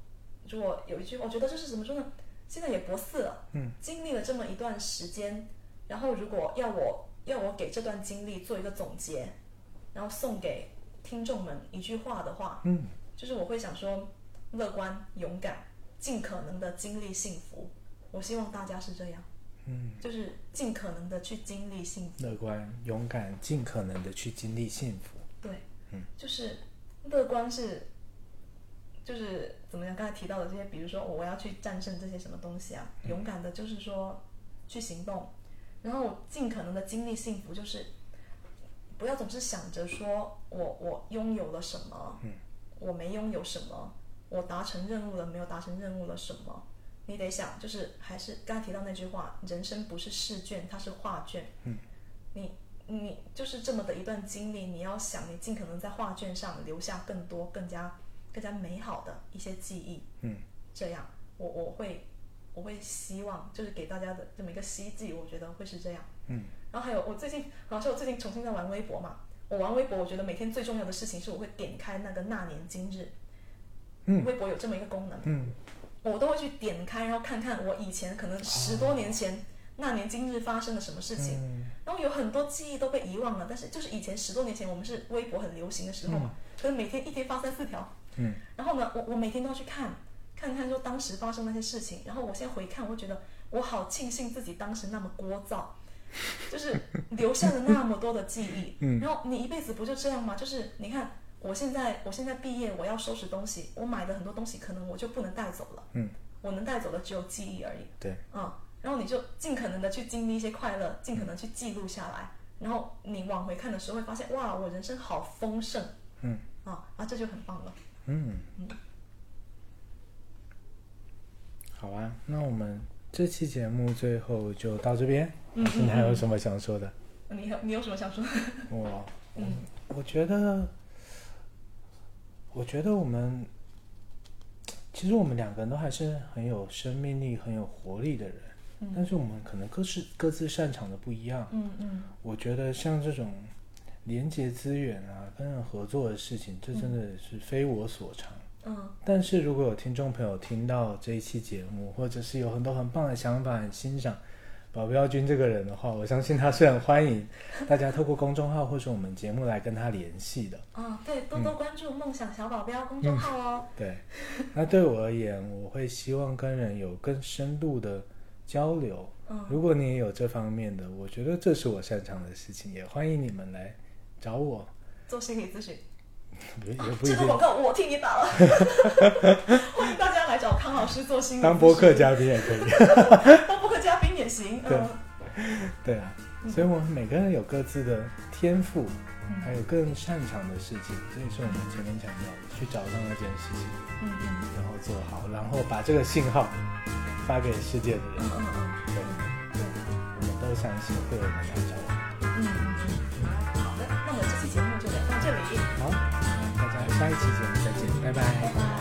Speaker 2: 如果有一句，我觉得就是怎么说呢？现在也博四了，
Speaker 1: 嗯，
Speaker 2: 经历了这么一段时间，然后如果要我要我给这段经历做一个总结，然后送给听众们一句话的话，
Speaker 1: 嗯，
Speaker 2: 就是我会想说，乐观、勇敢，尽可能的经历幸福。我希望大家是这样，
Speaker 1: 嗯，
Speaker 2: 就是尽可能的去经历幸福。
Speaker 1: 乐观、勇敢，尽可能的去经历幸福。
Speaker 2: 对，
Speaker 1: 嗯，
Speaker 2: 就是乐观是，就是怎么样？刚才提到的这些，比如说我要去战胜这些什么东西啊，勇敢的就是说去行动，然后尽可能的经历幸福，就是不要总是想着说我我拥有了什么，嗯，我没拥有什么，我达成任务了没有达成任务了什么。你得想，就是还是刚才提到那句话，人生不是试卷，它是画卷。你你就是这么的一段经历，你要想你尽可能在画卷上留下更多、更加、更加美好的一些记忆。
Speaker 1: 嗯，
Speaker 2: 这样我我会我会希望就是给大家的这么一个希冀，我觉得会是这样。
Speaker 1: 嗯，
Speaker 2: 然后还有我最近好像是我最近重新在玩微博嘛，我玩微博，我觉得每天最重要的事情是我会点开那个那年今日。
Speaker 1: 嗯
Speaker 2: 微博有这么一个功能，
Speaker 1: 嗯
Speaker 2: 我都会去点开，然后看看我以前可能十多年前、那年今日发生了什么事情，
Speaker 1: 嗯
Speaker 2: 然后有很多记忆都被遗忘了，但是就是以前十多年前我们是微博很流行的时候嘛，可能每天一天发三四条，
Speaker 1: 嗯，
Speaker 2: 然后呢，我我每天都要去看，看看说当时发生那些事情，然后我现在回看，我会觉得我好庆幸自己当时那么聒噪， 就是留下了那么多的记忆，
Speaker 1: 嗯
Speaker 2: 然后你一辈子不就这样吗？就是你看我现在我现在毕业，我要收拾东西，我买的很多东西可能我就不能带走了，
Speaker 1: 嗯，
Speaker 2: 我能带走的只有记忆而已，
Speaker 1: 对，
Speaker 2: 嗯，然后你就尽可能的去经历一些快乐，尽可能去记录下来，然后你往回看的时候会发现，哇，我人生好丰盛
Speaker 1: 嗯
Speaker 2: 啊，啊，这就很棒了。
Speaker 1: 嗯，好啊，那我们这期节目最后就到这边。
Speaker 2: 嗯
Speaker 1: 你还有什啊么想说的？
Speaker 2: 你有你有什么想说？
Speaker 1: 我，
Speaker 2: 嗯
Speaker 1: 我觉得，我觉得我们其实我们两个人都还是很有生命力、很有活力的人，
Speaker 2: 嗯
Speaker 1: 但是我们可能各自各自擅长的不一样。
Speaker 2: 嗯嗯
Speaker 1: 我觉得像这种连接资源啊、跟人合作的事情，这真的是非我所长。
Speaker 2: 嗯
Speaker 1: 但是如果有听众朋友听到这一期节目，或者是有很多很棒的想法，很欣赏保镖君这个人的话，我相信他是很欢迎大家透过公众号或者我们节目来跟他联系 的。
Speaker 2: 啊，对，
Speaker 1: 嗯
Speaker 2: 多多关注梦想小保镖公众号哦。
Speaker 1: 对，那对我而言，我会希望跟人有更深度的交流。
Speaker 2: 嗯
Speaker 1: 如果你也有这方面的，我觉得这是我擅长的事情，也欢迎你们来找我。
Speaker 2: 做心理咨询，
Speaker 1: 也也
Speaker 2: 啊
Speaker 1: 不一
Speaker 2: 这个
Speaker 1: 定
Speaker 2: 广告我替你打了，欢迎大家来找康老师做心理
Speaker 1: 当
Speaker 2: 咨询
Speaker 1: 播客，嘉宾也可以。
Speaker 2: 当播客嘉宾也行。
Speaker 1: 对
Speaker 2: 嗯，
Speaker 1: 对啊，
Speaker 2: 嗯
Speaker 1: 所以我们每个人有各自的天赋，
Speaker 2: 嗯
Speaker 1: 还有更擅长的事情，这也是我们前面讲到的，去找到那件事情，
Speaker 2: 嗯嗯
Speaker 1: 然后做好，然后把这个信号发给世界的人
Speaker 2: 嗯。嗯嗯。
Speaker 1: 对，我们都相信会有人来找我们。
Speaker 2: 嗯，好的，那么这期节目就聊到这里，
Speaker 1: 好，大家下一期节目再见，拜拜
Speaker 2: 拜拜。